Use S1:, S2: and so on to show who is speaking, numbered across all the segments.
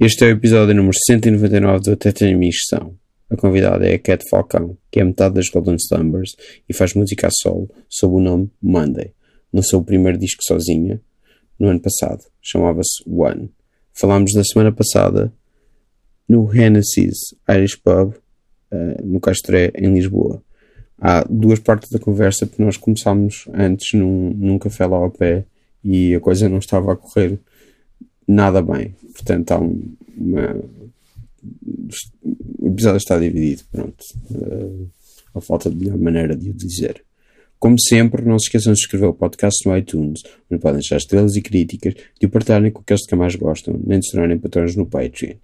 S1: Este é o episódio número 199 do Ateta em Missão. A convidada é a Cat Falcão, que é metade das Golden Slumbers e faz música a solo sob o nome Monday. Lançou o primeiro disco sozinha no ano passado. Chamava-se One. Falámos da semana passada no Hennessy's Irish Pub, eh, no Castré, em Lisboa. Há duas partes da conversa porque nós começámos antes num, num café lá ao pé e a coisa não estava a correr nada bem. Portanto, há um, uma- O episódio está dividido, pronto. Eh, a falta de melhor maneira de o dizer. Como sempre, não se esqueçam de subscrever o podcast no iTunes, onde podem deixar estrelas e críticas, de o partilharem com aqueles que mais gostam, nem de se tornarem patrões no Patreon.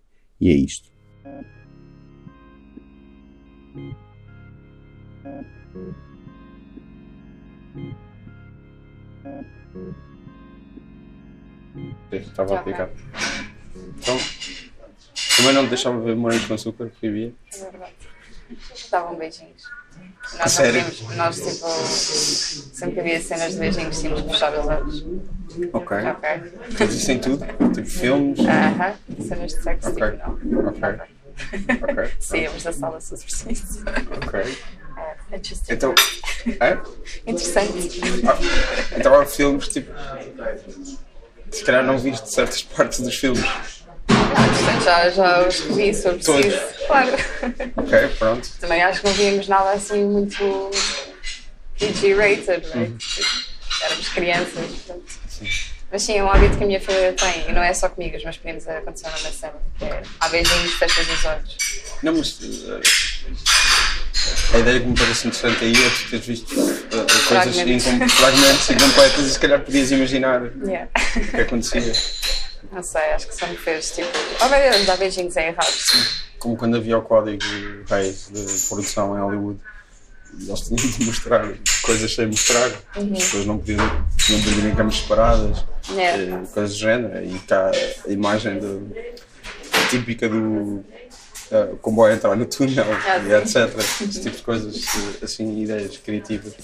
S1: E é isto. Estava
S2: a aplicar.
S1: Então, também não deixava ver morangos com açúcar, proibia.
S2: É verdade. Davam beijinhos. Nós, não
S1: sério?
S2: tínhamos- nós, tipo, sempre que havia cenas de beijinhos, tínhamos que fechar os olhos.
S1: Ok.
S2: Ok.
S1: Mas isso em tudo? Tipo filmes?
S2: Aham. Cenas de sexo,
S1: Ok.
S2: tipo, não.
S1: Ok. Ok.
S2: Saímos da sala se fosse preciso.
S1: Ok.
S2: É interesting.
S1: Então. É?
S2: Interessante.
S1: Ah, Então há filmes tipo. Se calhar não viste certas partes dos filmes.
S2: Ah, Portanto, já, já os que vi, se for
S1: Todos.
S2: preciso. Claro.
S1: Ok, pronto.
S2: Também acho que não víamos nada assim muito PG-rated, né? Éramos crianças, portanto. Mas sim, é um hábito que a minha família tem, e não é só comigo, os meus primos aconteceu na mesma cena. que é, Há beijinhos, fechas os olhos.
S1: Não, mas. eh, A ideia que me parece interessante aí é tu teres visto eh, coisas
S2: Fragmentos.
S1: incom- fragmentos incompletas e se calhar podias imaginar o
S2: Yeah.
S1: que acontecia.
S2: Não sei, acho que só me fez tipo, oh meu Deus, dá beijinhos é errado.
S1: Como quando havia o código rei de produção em Hollywood. Eles tinham de mostrar coisas sem mostrar.
S2: Uhum.
S1: As pessoas não podiam, não podiam dormir em camas separadas.
S2: É.
S1: eh, coisas do género. E cá a imagem do- típica do eh, comboio entrar no túnel
S2: Ah,
S1: e etc. Esse tipo de coisas, eh, assim, ideias criativas.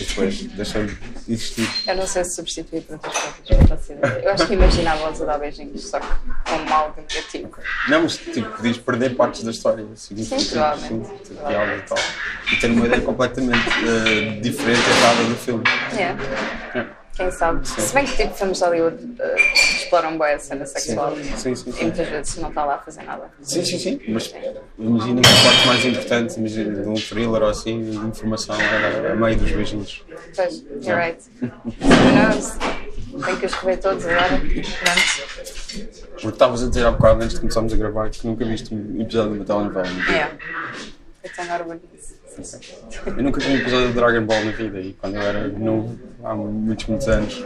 S1: E depois deixam de existir.
S2: Eu não sei se substituir por outras coisas, não faço ideia. Eu acho que imaginava-os a dar beijinhos, só que com mal de negativo.
S1: Não, mas tipo, podias perder partes da história. significativas,
S2: Sim, provavelmente.
S1: assim, de algo e tal. E ter uma ideia completamente eh, diferente e errada do filme.
S2: Yeah.
S1: É.
S2: Quem sabe? Se bem que tipo filmes de Hollywood eh, exploram bem a cena sexual
S1: Sim, sim,
S2: e
S1: sim.
S2: muitas vezes não está lá a fazer nada.
S1: Sim, sim, sim. Mas imagina que a parte mais importante, imagina, de um thriller ou assim, de informação, era a meio dos beijinhos.
S2: Pois, you're right. Who knows? Tenho que os rever todos agora. Pronto.
S1: Porque estavas a dizer há bocado antes de começarmos a gravar que nunca viste um episódio de uma telenovela. na vida.
S2: Yeah. Eu tenho orgulho disso.
S1: Eu nunca vi um episódio de Dragon Ball na vida e quando eu era novo, há muitos, muitos anos,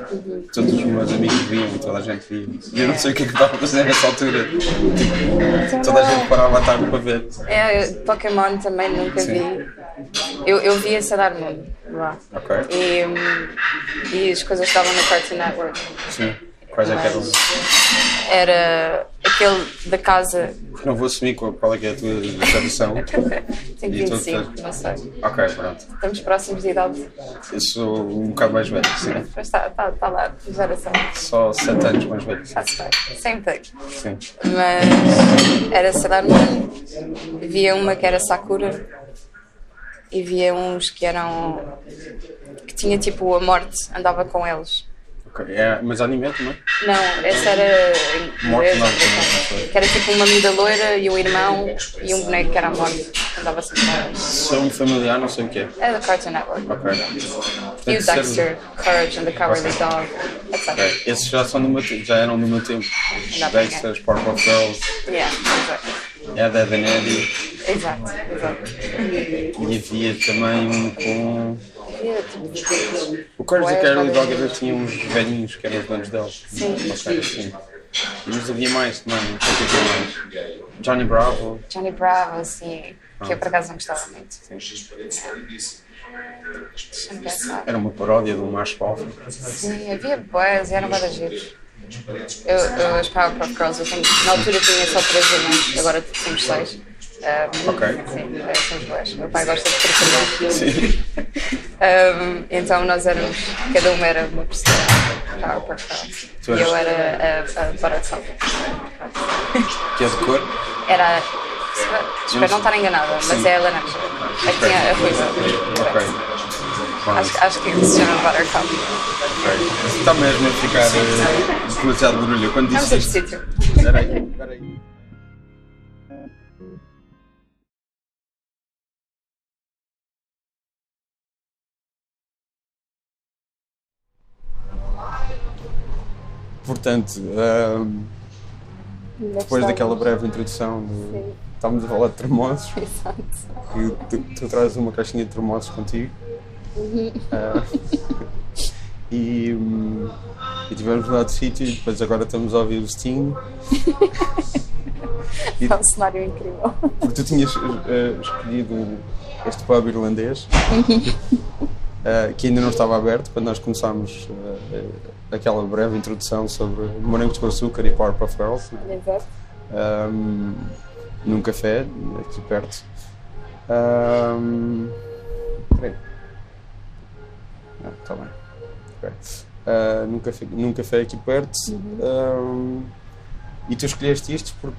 S1: todos os meus amigos viam e toda a gente via. E eu não sei o que é que estava a fazer nessa altura. Tipo, Toda a gente parava à tarde para ver.
S2: É, eu- Pokémon também nunca
S1: Sim.
S2: vi. Eu, eu vi a Sadar Mundo lá.
S1: Ok?
S2: E, hum, e as coisas estavam no Cartoon Network.
S1: Sim. Quais é que eram?
S2: Era aquele da casa.
S1: Não vou assumir qual qual é que é a tua tradução.
S2: Tem
S1: E todos
S2: 25,
S1: os-
S2: não sei.
S1: Ok, pronto.
S2: Estamos próximos de idade.
S1: Eu sou um bocado mais velho, sim.
S2: Mas está tá, tá lá, geração.
S1: Só 7 anos mais velho.
S2: Está-se bem. Sempre.
S1: Sim.
S2: mas era Sailor Moon, via uma que era Sakura e via uns que eram que tinha tipo a morte, andava com eles.
S1: Ok. É, mas anime também?
S2: Não, essa era em
S1: Morte
S2: inglês,
S1: não,
S2: que era tipo uma amiga loira e um irmão e um boneco que era a morte, andava sempre com eles.
S1: Sou um familiar, não sei o que é.
S2: Era da Cartoon Network.
S1: Ok.
S2: E
S1: Tem
S2: o
S1: que ser-
S2: Dexter, Courage and the Cowardly Dog, etc.
S1: Ok. Esses já, são do meu, te- já eram do meu tempo.
S2: Não, não é.
S1: Dexter, Powerpuff Girls,
S2: Yeah, exato.
S1: Ed, Ed and Eddie.
S2: Exato, exato.
S1: E havia também um com...
S2: Via, tipo,
S1: O Courage the
S2: Ué,
S1: Carly
S2: talvez.
S1: Dog ainda tinha uns velhinhos que eram os donos deles.
S2: Sim.
S1: Ok, sim. Mas havia mais também, não sei o que é que havia mais. Johnny Bravo.
S2: Johnny Bravo, assim, que eu por acaso não gostava muito. Deixa-me pensar.
S1: Era uma paródia do Marshall.
S2: Sim, havia boas e eram várias giros. Eu, eu escava para Girls, eu tenho, na altura tinha só três irmãos, agora somos seis. Um,
S1: Ok.
S2: Sim, é, somos boas. Meu pai gosta de personagens. um, então nós éramos, cada uma era uma pessoa. Escava para Girls. E
S1: Tu eras-
S2: eu era a, a Baratsal.
S1: Que é de cor?
S2: Era. Espero não estar enganada, mas é a laranja. Aqui tinha a ruiva.
S1: Ok. Bom,
S2: Acho, acho que se chama Buttercup.
S1: ok. Está mesmo a ficar eh, demasiado barulho. Quando
S2: Vamos
S1: disse
S2: a outro
S1: isto.
S2: É um sítio.
S1: Espera aí, espera aí. Portanto, ahm, depois daquela breve introdução, de, estávamos a falar de termosos,
S2: Exato.
S1: que tu, tu trazes uma caixinha de termosos contigo. Ah, e, hum, e tivemos lá de sítio e depois agora estamos a ouvir o Steam. E-
S2: É um cenário incrível.
S1: Porque tu tinhas eh, escolhido este pub irlandês, eh, que ainda não estava aberto, quando nós começámos eh, eh, aquela breve introdução sobre morangos com açúcar e Powerpuff Girls,
S2: Exato.
S1: ehm, num café aqui perto. Ehm, peraí. Ah, está bem. Ok. Ah, num, café, num café aqui perto.
S2: Uhum.
S1: ehm, e tu escolheste isto porque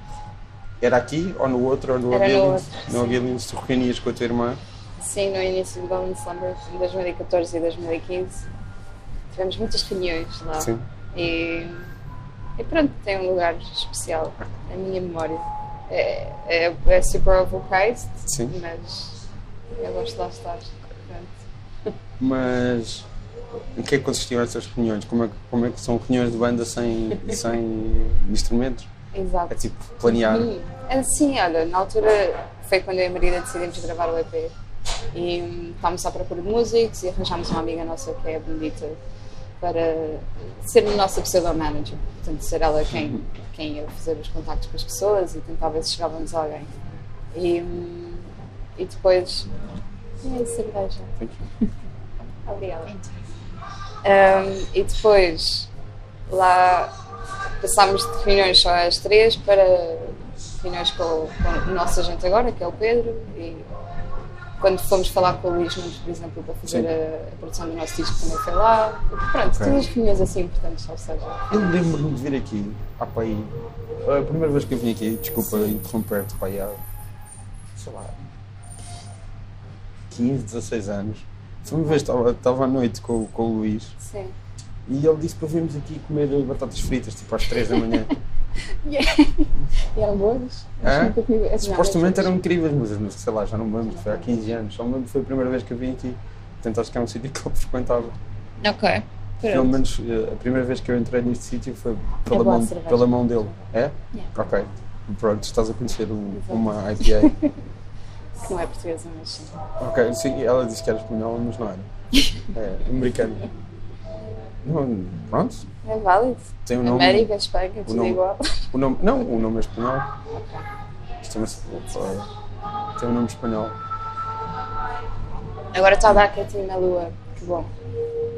S1: era aqui ou no outro ou no
S2: Era no
S1: Aguilins?
S2: outro,
S1: No Aguilins tu reunias com a tua irmã.
S2: Sim, no início do Golden Slumbers, em 2014 e 2015, tivemos muitas reuniões lá.
S1: Sim.
S2: E, e pronto, tem um lugar especial na minha memória. É, é, é super overpriced,
S1: Sim.
S2: mas eu gosto de lá estar. Pronto.
S1: Mas em que é que consistiam essas reuniões? Como é, que- como é que são reuniões de banda sem, sem instrumentos?
S2: Exato.
S1: É tipo planear.
S2: Hum, Assim, olha, na altura foi quando eu e a Marina decidimos gravar o EP e hum, estávamos à procura de músicos e arranjámos uma amiga nossa que é a Benedita para ser a nossa pseudo-manager, portanto ser ela quem, quem ia fazer os contactos com as pessoas e tentar ver se chegávamos a alguém. E, hum, e depois... é E aí, cerveja? Obrigada. Hum, e depois lá passámos de reuniões só às três para reuniões com, o- com a nossa gente agora, que é o Pedro, e quando fomos falar com o Luís Nunes, por exemplo, para fazer
S1: Sim.
S2: a, a produção do nosso disco também foi lá. Pronto,
S1: Ok.
S2: todas as reuniões assim importantes, ou seja,
S1: Eu lembro-me de vir aqui, ah, há para aí. ah, A primeira vez que eu vim aqui, desculpa interromper-te, pá, aí há. sei lá. 15, 16 anos. Foi uma vez, estava, estava à noite com, com o Luís
S2: sim.
S1: e ele disse para virmos aqui comer batatas fritas, tipo às 3 da manhã.
S2: E eram boas?
S1: Hã?
S2: Acho que nunca comi- assim, não,
S1: É. Supostamente
S2: mas-
S1: eram incríveis, mas eu não sei lá, já não me lembro, foi há 15 anos. Só me lembro que foi a primeira vez que eu vim aqui. Portanto, acho que é um sítio que ele frequentava.
S2: Ok.
S1: Pelo
S2: Pronto.
S1: menos eh, a primeira vez que eu entrei neste sítio foi pela,
S2: boa a
S1: mão,
S2: cerveja.
S1: pela mão dele. É?
S2: Yeah.
S1: Ok. Pronto, estás a conhecer um-
S2: Exato.
S1: uma IPA.
S2: Que não é portuguesa, mas sim.
S1: ok, sim, ela disse que era espanhola, mas não era. É americana. Não, pronto,
S2: É válido.
S1: tem o nome.
S2: América, Espanha, tudo
S1: nome-
S2: igual.
S1: O nome não, o nome é espanhol. Isto chama-se. é, Tem o nome espanhol.
S2: Agora está a dar quietinho na lua. Que bom.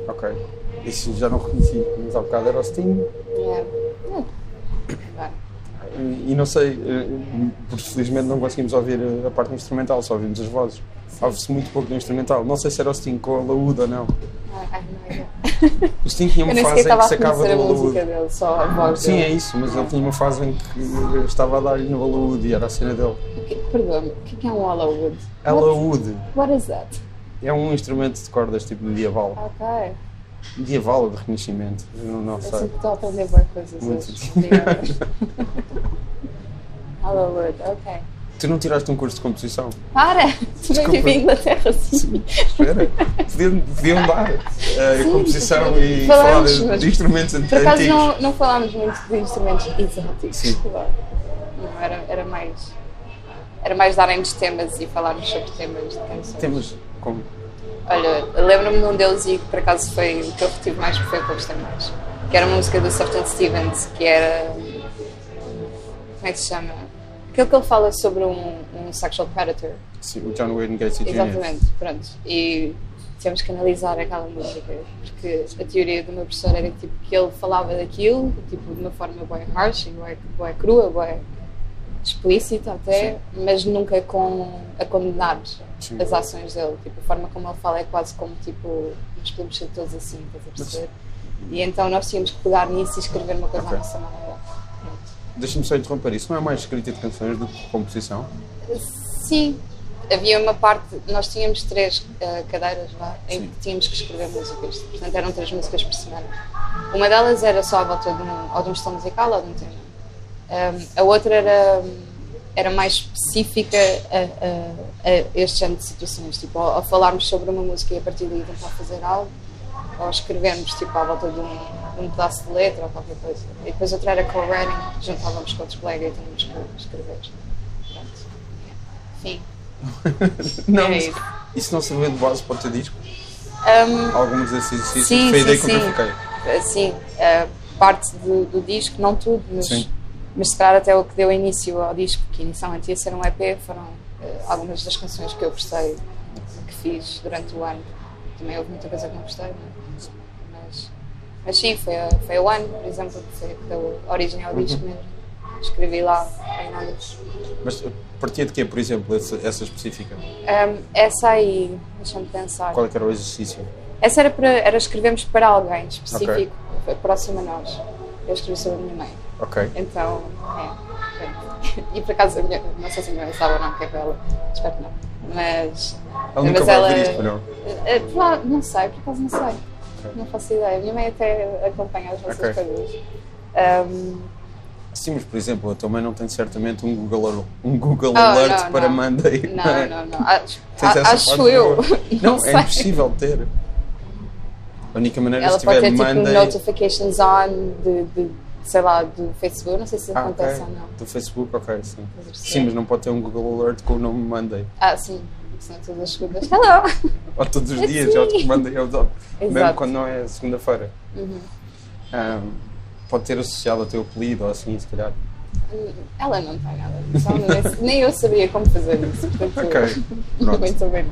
S1: Ok. Isso já não reconheci, mas há bocado era o Steam.
S2: É. Hum. Vai.
S1: E não sei, eh, porque felizmente não conseguimos ouvir eh, a parte instrumental, só ouvimos as vozes. Ouve-se muito pouco do instrumental. Não sei se era o Sting com a laúda ou não.
S2: Ai, ai, não é.
S1: O Sting tinha
S2: Eu
S1: uma
S2: nem sequer
S1: fase em
S2: estava
S1: que
S2: a
S1: se acaba
S2: reconhecer a
S1: do
S2: música
S1: laúde.
S2: dele, só a voz
S1: Sim, é
S2: dele.
S1: isso, mas ele tinha uma fase em que eu estava a dar-lhe no alaúde e era a cena dele.
S2: O que- Perdoa-me, o que é que é um Hollywood?
S1: Alaúde
S2: What is that?
S1: é um instrumento de cordas tipo medieval.
S2: Ok.
S1: Medieval ou de renascimento? Eu não, não
S2: Eu
S1: sei.
S2: sempre estou a aprender boas coisas
S1: Muito.
S2: hoje. é Obrigada. Hollywood, ok.
S1: Tu não tiraste um curso de composição?
S2: Para! Tu bem
S1: Desculpa.
S2: vivi em Inglaterra, sim.
S1: Espera, podiam, podiam dar eh,
S2: Sim,
S1: composição
S2: sim.
S1: e falar
S2: Falamos,
S1: de,
S2: mas-
S1: de instrumentos
S2: Por acaso
S1: antigos.
S2: não, não falámos muito de instrumentos exóticos.
S1: Sim.
S2: lá. Não, era, era mais. Era mais darem-nos temas e falarmos sobre temas de canções.
S1: Temos como?
S2: Olha, lembro-me de um deles e que por acaso foi o que eu retive mais porque foi o que eu gostei mais. Que era uma música do Sufjan Stevens, que era. Como é que se chama? Aquilo que ele fala sobre um, um sexual predator.
S1: Sim, o John Wayne Gacy Jr.
S2: Exatamente, pronto. E
S3: tivemos que analisar aquela música, porque a teoria do meu professor era tipo, que ele falava daquilo tipo, de uma forma bem harsh, bem, bem crua, bem explícita até, mas nunca com, a condenar
S1: Sim.
S3: as ações dele. Tipo, a forma como ele fala é quase como tipo, nós podemos ser todos assim, estás a perceber? E então nós tínhamos que pegar nisso e escrever uma coisa
S1: Ok.
S3: à nossa maneira. Pronto.
S1: Deixa-me só interromper. Isso não é mais escrita de canções do que composição?
S3: Sim, havia uma parte, nós tínhamos três eh, cadeiras lá, em
S1: Sim.
S3: que tínhamos que escrever músicas, portanto eram três músicas por semana. Uma delas era só à volta de um, ou de um estilo musical ou de um tema. Ahm, a outra era, era mais específica a, a- a este género de situações, tipo, ao, ao falarmos sobre uma música e a partir daí tentar fazer algo, ou escrevermos tipo, à volta de um, de um pedaço de letra ou qualquer coisa. E depois outra era co-writing, juntávamos com outros colegas e tínhamos que escrever. Pronto. Sim.
S1: Não.
S3: É
S1: isso.
S3: isso.
S1: isso não serviu de base para o teu disco?
S3: Ahm,
S1: Alguns exercícios?
S3: Sim,
S1: Foi a ideia
S3: sim,
S1: com que eu
S3: sim.
S1: fiquei.
S3: assim, a parte do, do disco, não tudo, mas,
S1: Sim.
S3: mas se calhar até o que deu início ao disco, que inicialmente ia ser um EP, foram eh, algumas das canções que eu gostei, que fiz durante o ano. Também houve muita coisa que não gostei, não é? mas, mas sim, foi, a- foi o ano, por exemplo, que, foi, que deu origem ao disco
S1: Uhum.
S3: mesmo. Escrevi lá em Londres.
S1: Mas partia de quê, por exemplo, essa, essa específica?
S3: Ahm, essa aí, deixa-me pensar.
S1: Qual é que era o exercício?
S3: Essa era para era escrevermos para alguém específico, próximo a nós. Eu escrevi sobre a minha mãe.
S1: Ok.
S3: Então, é. foi. E por acaso, a minha, não sei se a minha mãe sabe ou não, que é para ela. Espero que não. Mas.
S1: Ela nunca
S3: mas
S1: vai ouvir isto, não?
S3: Eh, eh, por lá- não sei, por acaso não sei. Não faço ideia. A minha mãe até acompanha as nossas
S1: Ok.
S3: coisas. Um, Ahm,
S1: Sim, mas por exemplo, eu também não tenho certamente um Google, Alert- um Google
S3: Ah,
S1: Alert
S3: não,
S1: para
S3: não.
S1: Monday. é?
S3: não, não, não. Acho,
S1: Tens essa
S3: a- acho
S1: parte
S3: eu.
S1: boa.
S3: Não,
S1: Não, é
S3: sei.
S1: impossível ter. A única maneira é
S3: Ela
S1: se
S3: pode ter
S1: tiver
S3: tipo
S1: Monday.
S3: notifications on de, de, sei lá, do Facebook. Não sei se
S1: Ah, ok.
S3: acontece ou não.
S1: Do Facebook, ok, sim.
S3: Mas eu percebo.
S1: Sim, mas não pode ter um Google Alert com o nome Monday.
S3: Ah, sim. São todas as segundas. Hello!
S1: Ou todos os dias,
S3: Sim.
S1: já te Monday é o dobro. Mesmo
S3: Exato.
S1: quando não é segunda-feira.
S3: Uhum.
S1: Ahm, pode ter associado ao teu apelido ou assim, se calhar.
S3: Ela não tem nada disso, ela nem- nem eu sabia como fazer isso, portanto,
S1: Ok,
S3: não
S1: pronto.
S3: muito bem.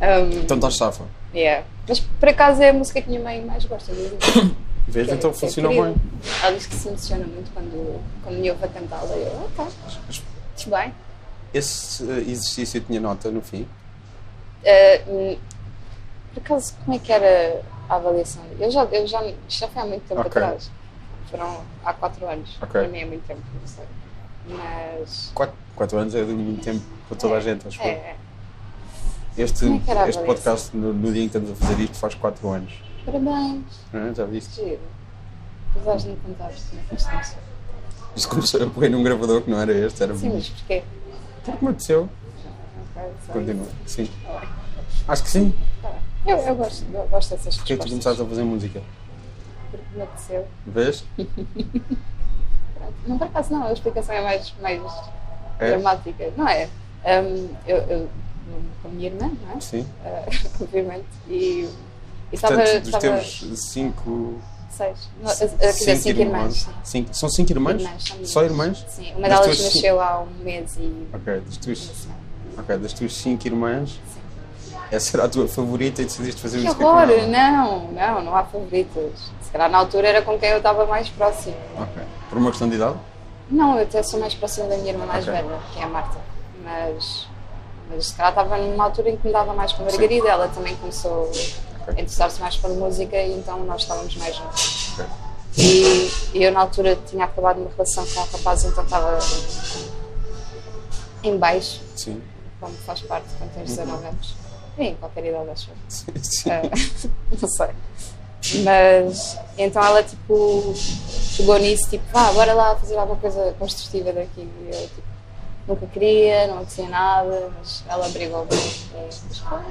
S3: Um,
S1: Então estás safa.
S3: yeah. Mas por acaso é a música que minha mãe mais gosta de ouvir.
S1: Vês,
S3: Que é-
S1: então
S3: que é
S1: funcionou
S3: querida.
S1: bem.
S3: Ela diz que se emociona muito quando, quando me ouve a cantá-la. Eu, ok, muito bem.
S1: Esse eh, exercício tinha nota no fim.
S3: Uh, hum, por acaso, como é que era a avaliação? Eu já, eu já, isto já foi há muito tempo
S1: Ok.
S3: atrás. Foram há quatro anos.
S1: Ok.
S3: Para mim é muito tempo, não sei. Mas.
S1: Quatro, quatro anos é de muito tempo para toda a gente, acho
S3: É,
S1: eu.
S3: é.
S1: Este,
S3: Como é que era a
S1: este podcast, no, no dia em que estamos a fazer isto, faz quatro anos.
S3: Parabéns.
S1: Não é? Já viste?
S3: Giro. Mas acho que não contaste como é que isto começou.
S1: Isto começou, eu peguei num gravador que não era este, era
S3: Sim, mas porquê?
S1: Porque me apeteceu.
S3: Ok, só
S1: Continua. Sim.
S3: isso. Tá bem.
S1: Acho que sim.
S3: Tá bem. Eu, eu gosto, eu gosto dessas
S1: Porque tu
S3: respostas.
S1: começaste a fazer música.
S3: Porque me apeteceu.
S1: Vês?
S3: Pronto. Não, por acaso não, a explicação é mais, mais
S1: É?
S3: dramática. Não é? Hum, eu, eu eu- com a minha irmã, não é?
S1: Sim.
S3: Ah, obviamente. E, e estava.
S1: Portanto, dos
S3: estava
S1: teus cinco.
S3: Seis. Não, ah, ah, quer dizer, cinco irmãs.
S1: Cinco- São cinco irmãs?
S3: são
S1: Só irmãs?
S3: Sim, uma
S1: Mas
S3: delas
S1: tu és-
S3: nasceu há um mês e.
S1: Ok, das
S3: uma
S1: tuas,
S3: semana.
S1: ok, das tuas cinco irmãs, essa era a tua favorita e decidiste fazer
S3: Que
S1: música com
S3: horror!
S1: ela.
S3: Não, não, não há favoritas. Se calhar na altura era com quem eu estava mais próximo.
S1: Ok. Por uma questão de idade?
S3: Não, eu até sou mais próxima da minha irmã mais
S1: Ok.
S3: velha, que é a Marta. Mas, mas se calhar estava numa altura em que me dava mais com a Margarida. Ela também começou a interessar-se mais pela música e então nós estávamos mais juntos.
S1: Ok.
S3: E eu na altura tinha acabado uma relação com o rapaz, então estava em baixo,
S1: Sim. Uhum.
S3: como faz parte quando tens 19 anos. Sim, qualquer idade acho eu.
S1: Sim. sim.
S3: Ah, não sei. Mas então ela tipo chegou nisso, tipo, vá, bora lá fazer alguma coisa construtiva daqui. E eu tipo, nunca queria, não acontecia nada, mas ela brigou bem. E, mas, claro,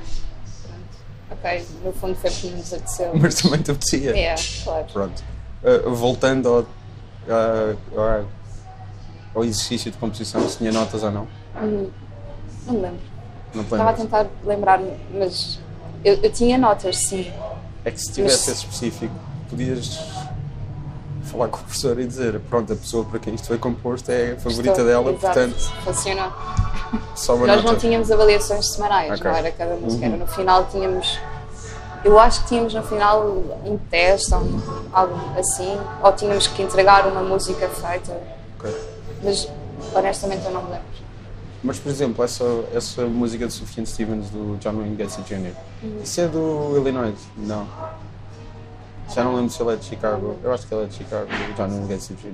S3: pronto. Ok, no fundo foi porque nos apeteceu.
S1: Mas também te apetecia.
S3: É, claro.
S1: Pronto. Ah, voltando ao, ah, ao- ao exercício de composição, se tinha notas ou não.
S3: Hum, Não me lembro.
S1: Não te
S3: Estava a
S1: lembras?
S3: tentar lembrar-me, mas eu, eu tinha notas, sim.
S1: É que se tivesse esse específico, podias falar com o professor e dizer: pronto, a pessoa para quem isto foi composto é a favorita
S3: Estou-
S1: dela,
S3: exato,
S1: portanto,
S3: Funcionou.
S1: só uma
S3: Nós
S1: nota.
S3: não tínhamos avaliações semanais,
S1: Ok.
S3: não era cada música,
S1: Uhum.
S3: era no final tínhamos Eu acho que tínhamos no final um teste, ou um- algo assim, ou tínhamos que entregar uma música feita,
S1: Ok.
S3: mas honestamente eu não me lembro.
S1: Mas, por exemplo, essa, essa música de Sufjan Stevens do John Wayne Gacy Jr.,
S3: Uhum.
S1: isso é do Illinois? Não. Já não lembro se ele é de Chicago. Eu acho que ele é de Chicago, do John Wayne Gacy Jr.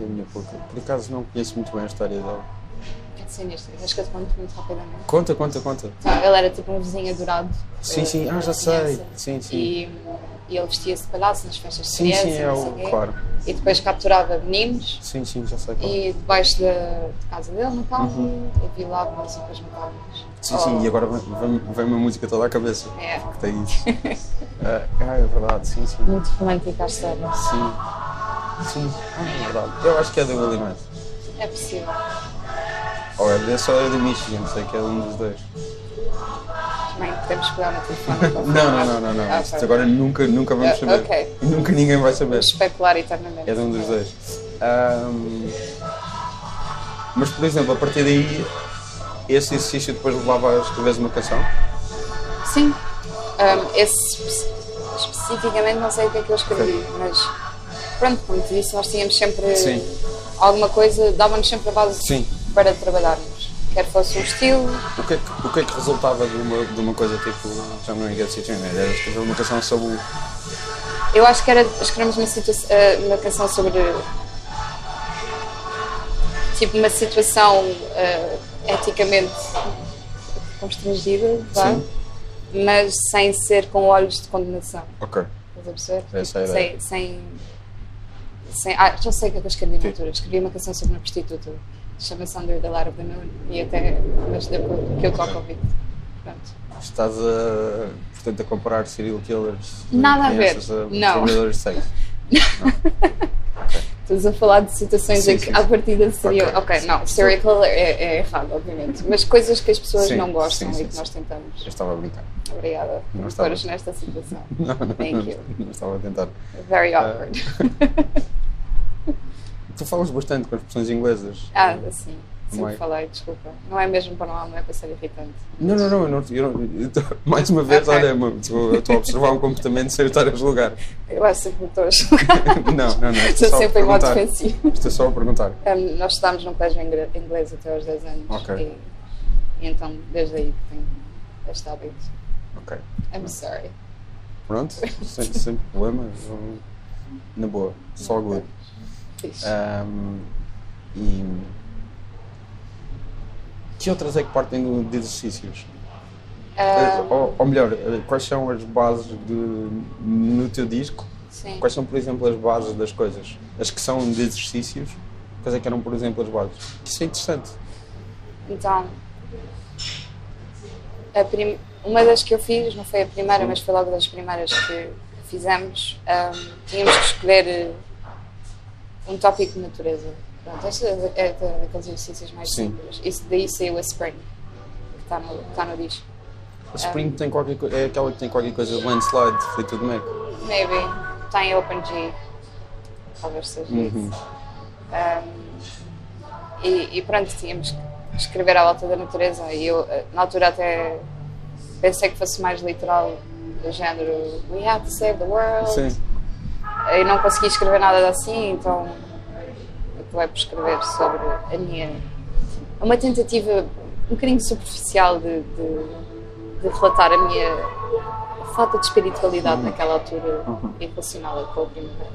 S1: É a minha pouca. Por acaso não conheço muito bem a história dela.
S3: É de sinistro, mas que eu te conto muito rapidamente.
S1: Conta, conta, conta.
S3: Então, ele era tipo um vizinho adorado.
S1: Sim,
S3: eh,
S1: sim, ah, já
S3: da
S1: sei.
S3: criança.
S1: Sim, sim.
S3: E, e ele vestia-se de palhaço nas festas de
S1: Sim,
S3: criança,
S1: sim, é
S3: não sei
S1: o.
S3: quê.
S1: Claro.
S3: E depois capturava meninos
S1: Sim, sim, já sei. é. Claro.
S3: e debaixo da de casa dele, no carro, e violava músicas macabras.
S1: Uhum. Sim, sim,
S3: Ou-
S1: e agora vem- vem vem uma música toda à cabeça.
S3: Oh, É,
S1: Que tem isso. Ah, ah, é verdade, sim, sim.
S3: muito romântica a história.
S1: Sim. Sim. Ah, é verdade. Eu acho que é do Illinois.
S3: É possível.
S1: Ou é desse ou é do Michigan, sei que é um dos dois.
S3: Também podemos pegar no telefone. para
S1: Não, não, não, não, não.
S3: Ah,
S1: Isto
S3: ok.
S1: agora nunca, nunca vamos
S3: Ah,
S1: saber.
S3: ok.
S1: E nunca ninguém vai saber.
S3: Vamos especular eternamente.
S1: É de um dos dois. Ahm, Mas, por exemplo, a partir daí, esse exercício depois levava a escreveres uma canção?
S3: Sim. Ahm, esse espe- especificamente não sei o que é que eu escrevi, mas pronto, como te disse, nós tínhamos sempre
S1: Sim.
S3: alguma coisa, dava-nos sempre a base
S1: Sim.
S3: para trabalharmos. Quer fosse um estilo,
S1: O que é que, o que, é que resultava de uma, de uma coisa tipo John Wayne Gacy Jr.? Era escrever uma canção sobre o.
S3: eu acho que era escrevemos uma, situa- ah, uma canção sobre tipo uma situação ah, eticamente constrangida, vá,
S1: Sim.
S3: mas sem ser com olhos de condenação.
S1: Ok.
S3: Estás a perceber? Tipo,
S1: Essa é a
S3: sem,
S1: ideia.
S3: sem, sem- Ah, já sei o que é que eu escrevi na
S1: Sim.
S3: altura. Escrevi uma canção sobre uma prostituta. Chama-se Under the Light of the Moon. E até mas deu que eu toco ao vivo. Pronto.
S1: Estás a. Portanto, a comparar serial killers.
S3: Nada a ver.
S1: crianças
S3: Não.
S1: trabalhadores de sexo.
S3: Estamos a falar de situações
S1: Sim,
S3: em
S1: sim,
S3: que, à
S1: sim.
S3: partida, seria.
S1: Ok,
S3: Ok,
S1: sim,
S3: não,
S1: sim.
S3: serial killer é, é errado, obviamente. Mas coisas que as pessoas
S1: Sim,
S3: não gostam
S1: sim, sim,
S3: e que
S1: sim.
S3: nós tentamos.
S1: Eu estava a brincar.
S3: Obrigada
S1: Não
S3: por
S1: está
S3: pôr-nos
S1: bem.
S3: nesta situação.
S1: Não, não,
S3: Thank you.
S1: não estava a tentar.
S3: Very
S1: Ah.
S3: awkward.
S1: Tu falas bastante com as pessoas inglesas.
S3: Ah, assim.
S1: Não é?
S3: Sempre falei, desculpa. Não é mesmo para não, não é para ser irritante.
S1: Não, não, não. Eu não, eu não- eu tô- mais uma vez,
S3: Ok.
S1: olha, eu estou eu estou a observar um comportamento sem eu estar a julgar.
S3: Eu acho sempre muito hoje.
S1: Não, não, não. Estou
S3: Estou
S1: só a
S3: sempre em modo
S1: perguntar.
S3: defensivo.
S1: Estou só a perguntar.
S3: Um, nós estudámos num colégio ingle- inglês até aos 10 anos.
S1: Ok.
S3: E, e então, desde aí que tenho este hábito.
S1: Ok.
S3: I'm sorry.
S1: Pronto. Sem, sem problema. eu- Na boa. Só good.
S3: Fixe.
S1: Ahm, e. Que outras é que partem do- de exercícios? Eh,
S3: Um,
S1: Ou, ou melhor, eh, quais são as bases de, no teu disco?
S3: sim.
S1: Quais são, por exemplo, as bases das coisas? As que são de exercícios? Quais é que eram, por exemplo, as bases? Isso é interessante.
S3: Então, a prim- uma das que eu fiz, não foi a primeira, mas foi logo das primeiras que fizemos, um, tínhamos que escolher uh, um tópico de natureza. Pronto, este é, é da- daqueles exercícios mais
S1: Sim.
S3: simples. Isso, daí saiu a Spring, que está no, tá no disco.
S1: A Spring tem qualquer co- é aquela que tem qualquer coisa de landslide, de Fleetwood Mac.
S3: Maybe. Está em OpenG. Talvez seja
S1: Uhum.
S3: isso. Um, e, e pronto, tínhamos que escrever à volta da natureza. E eu, eh, na altura, até pensei que fosse mais literal, do género We have to save the world.
S1: Sim.
S3: Eu não consegui escrever nada assim, então acabei por escrever sobre a minha. uma tentativa um bocadinho superficial de, de- de relatar a minha falta de espiritualidade
S1: Uhum.
S3: naquela altura e relacioná-la com a primavera.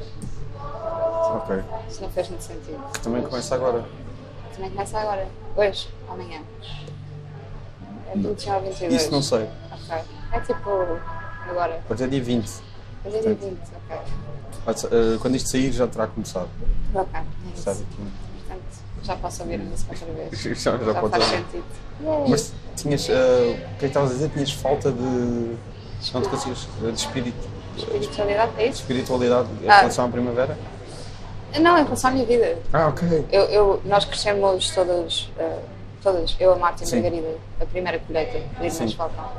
S1: Ok.
S3: Isso não fez muito sentido.
S1: Que também
S3: Mas
S1: começa agora.
S3: Também começa agora, hoje, amanhã. É 21 ou 22.
S1: Isso não sei.
S3: Ok. É tipo agora.
S1: Até dia 20.
S3: Hoje é dia 20, ok.
S1: Pode ser- eh, Quando isto sair, já terá começado.
S3: Ok, é isso.
S1: Sabe? que-
S3: Portanto, já posso ouvir a música outra vez.
S1: Já, já
S3: Já
S1: pode
S3: faz
S1: ter.
S3: sentido.
S1: Mas tinhas. eh, o que é que estavas a dizer? Tinhas falta de. Não te conseguias. eh, De espírito.
S3: Espiritualidade é isso?
S1: Espiritualidade em
S3: Ah.
S1: relação à primavera?
S3: Não, em relação à minha vida.
S1: Ah, ok.
S3: Eu, eu- nós crescemos todas, eh, todas, eu, a Marta e a
S1: Sim.
S3: Margarida, a primeira colheita de Irmãs
S1: Sim.
S3: Falcão.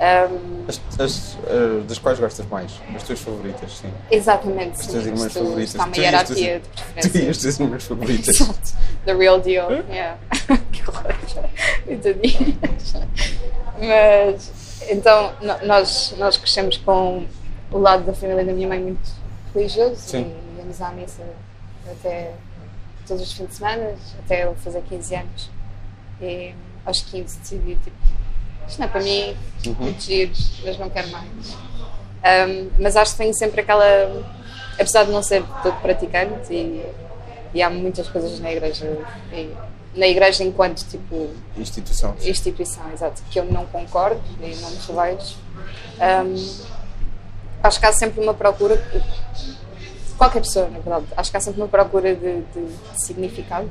S3: Ahm,
S1: As, as, eh, das quais gostas mais? As tuas favoritas, sim.
S3: exatamente,
S1: As
S3: sim.
S1: tuas irmãs
S3: Isto
S1: favoritas.
S3: Está uma
S1: Tu e as tuas-
S3: hierarquia
S1: Tu
S3: de
S1: e as
S3: preferência.
S1: tuas irmãs favoritas.
S3: Exato. The real deal. Yeah. que horror. Entendi. Mas Então, no- nós, nós crescemos com o lado da família da minha mãe muito religioso
S1: Sim.
S3: e íamos à missa até todos os fins de semana, até eu fazer 15 anos. E aos 15 decidi, tipo, isto não é para mim, muito giro, mas não quero mais. Ahm, mas acho que tenho sempre aquela. Apesar de não ser todo praticante, e, e há muitas coisas na igreja, e- na igreja enquanto tipo
S1: Instituição.
S3: instituição, exato, que eu não concordo e não me revejo. Hum, acho que há sempre uma procura, de qualquer pessoa, na verdade, acho que há sempre uma procura de, de- de significado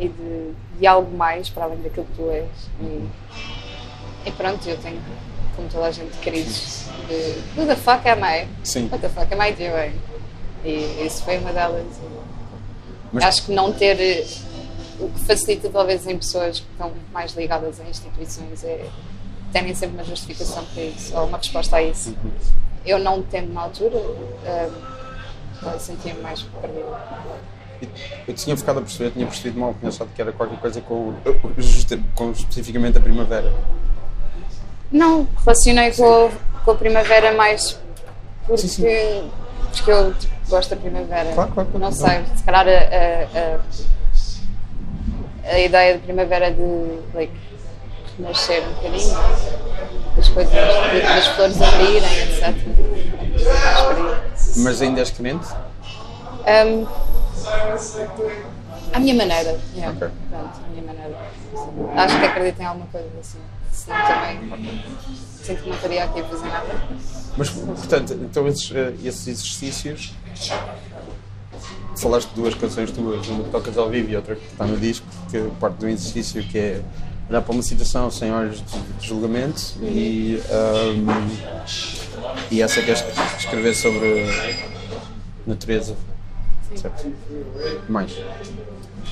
S3: e de, de algo mais para além daquilo que tu és. E, e pronto, eu tenho, como toda a gente, crises de Who the fuck am I?
S1: Sim.
S3: What the fuck am I doing? E isso foi uma delas. e-
S1: Mas-
S3: Acho que não ter eh, o que facilita talvez em pessoas que estão mais ligadas a instituições é terem sempre uma justificação para isso ou uma resposta a isso. Eu não tendo na altura, ah, sentia-me mais perdida.
S1: Eu tinha ficado a perceber, tinha percebido mal, tinha achado que era qualquer coisa com, o- justa- com especificamente a primavera.
S3: Não, relacionei com, com a primavera mais porque,
S1: Sim, sim.
S3: porque eu tipo, gosto da primavera.
S1: Claro, claro, claro.
S3: não sei, se calhar a, a, a, a ideia de primavera de like, nascer um bocadinho, as coisas, de- das flores abrirem, etc. Acho por aí.
S1: Mas ainda és crente?
S3: Um, à minha maneira. Yeah.
S1: Ok.
S3: Pronto, à minha maneira. Acho que acredito em alguma coisa assim. Senão também sinto que não estaria aqui a fazer nada.
S1: Mas, portanto, então esses, eh, esses exercícios. Falaste de duas canções tuas, uma que tocas ao vivo e outra que está no disco, que parte de um exercício que é olhar para uma situação sem olhos de, de julgamento e, ahm, e essa que é es- escrever sobre natureza. Certo. Mais.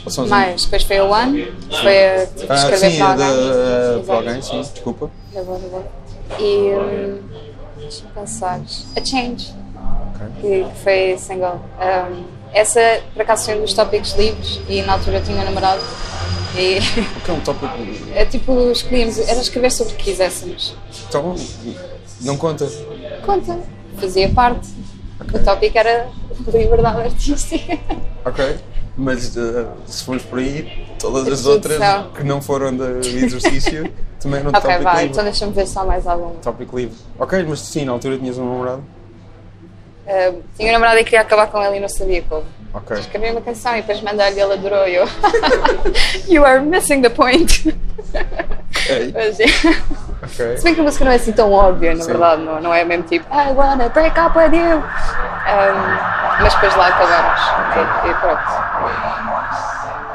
S1: Ou são as-
S3: Mas depois foi a One, foi a que tive que
S1: Ah,
S3: escrever
S1: sim,
S3: para
S1: é da-
S3: alguém. É
S1: para alguém, sim, desculpa.
S3: Da boa, da boa. E. hum, Deixa-me pensar. A Change.
S1: Ok.
S3: que que foi single. Um, essa, por acaso, foi um dos tópicos livres e na altura eu tinha um namorado. E
S1: O que é um tópico.
S3: é tipo, escolhíamos, era escrever sobre o que quiséssemos.
S1: Então, não conta.
S3: Conta, fazia parte. O tópico era liberdade artística.
S1: Ok. Mas eh, se fores por aí, todas as
S3: Tudo
S1: outras
S3: são.
S1: que não foram de exercício também eram de
S3: ok,
S1: tópico é
S3: vai,
S1: livre.
S3: então deixa-me ver só mais alguma.
S1: Tópico livre. Ok, mas sim, na altura tinhas um namorado.
S3: Ah, tinha um namorado e queria acabar com ele e não sabia como.
S1: Ok.
S3: Escrevi uma canção e depois mandei-lhe ele adorou e eu. you are missing the point.
S1: Ok.
S3: Mas, yeah.
S1: ok.
S3: é. Se bem que a música não é assim tão óbvia, na
S1: Sim.
S3: verdade, não, não é mesmo tipo I wanna break up with you. Ah, mas depois lá acabamos. E, e pronto.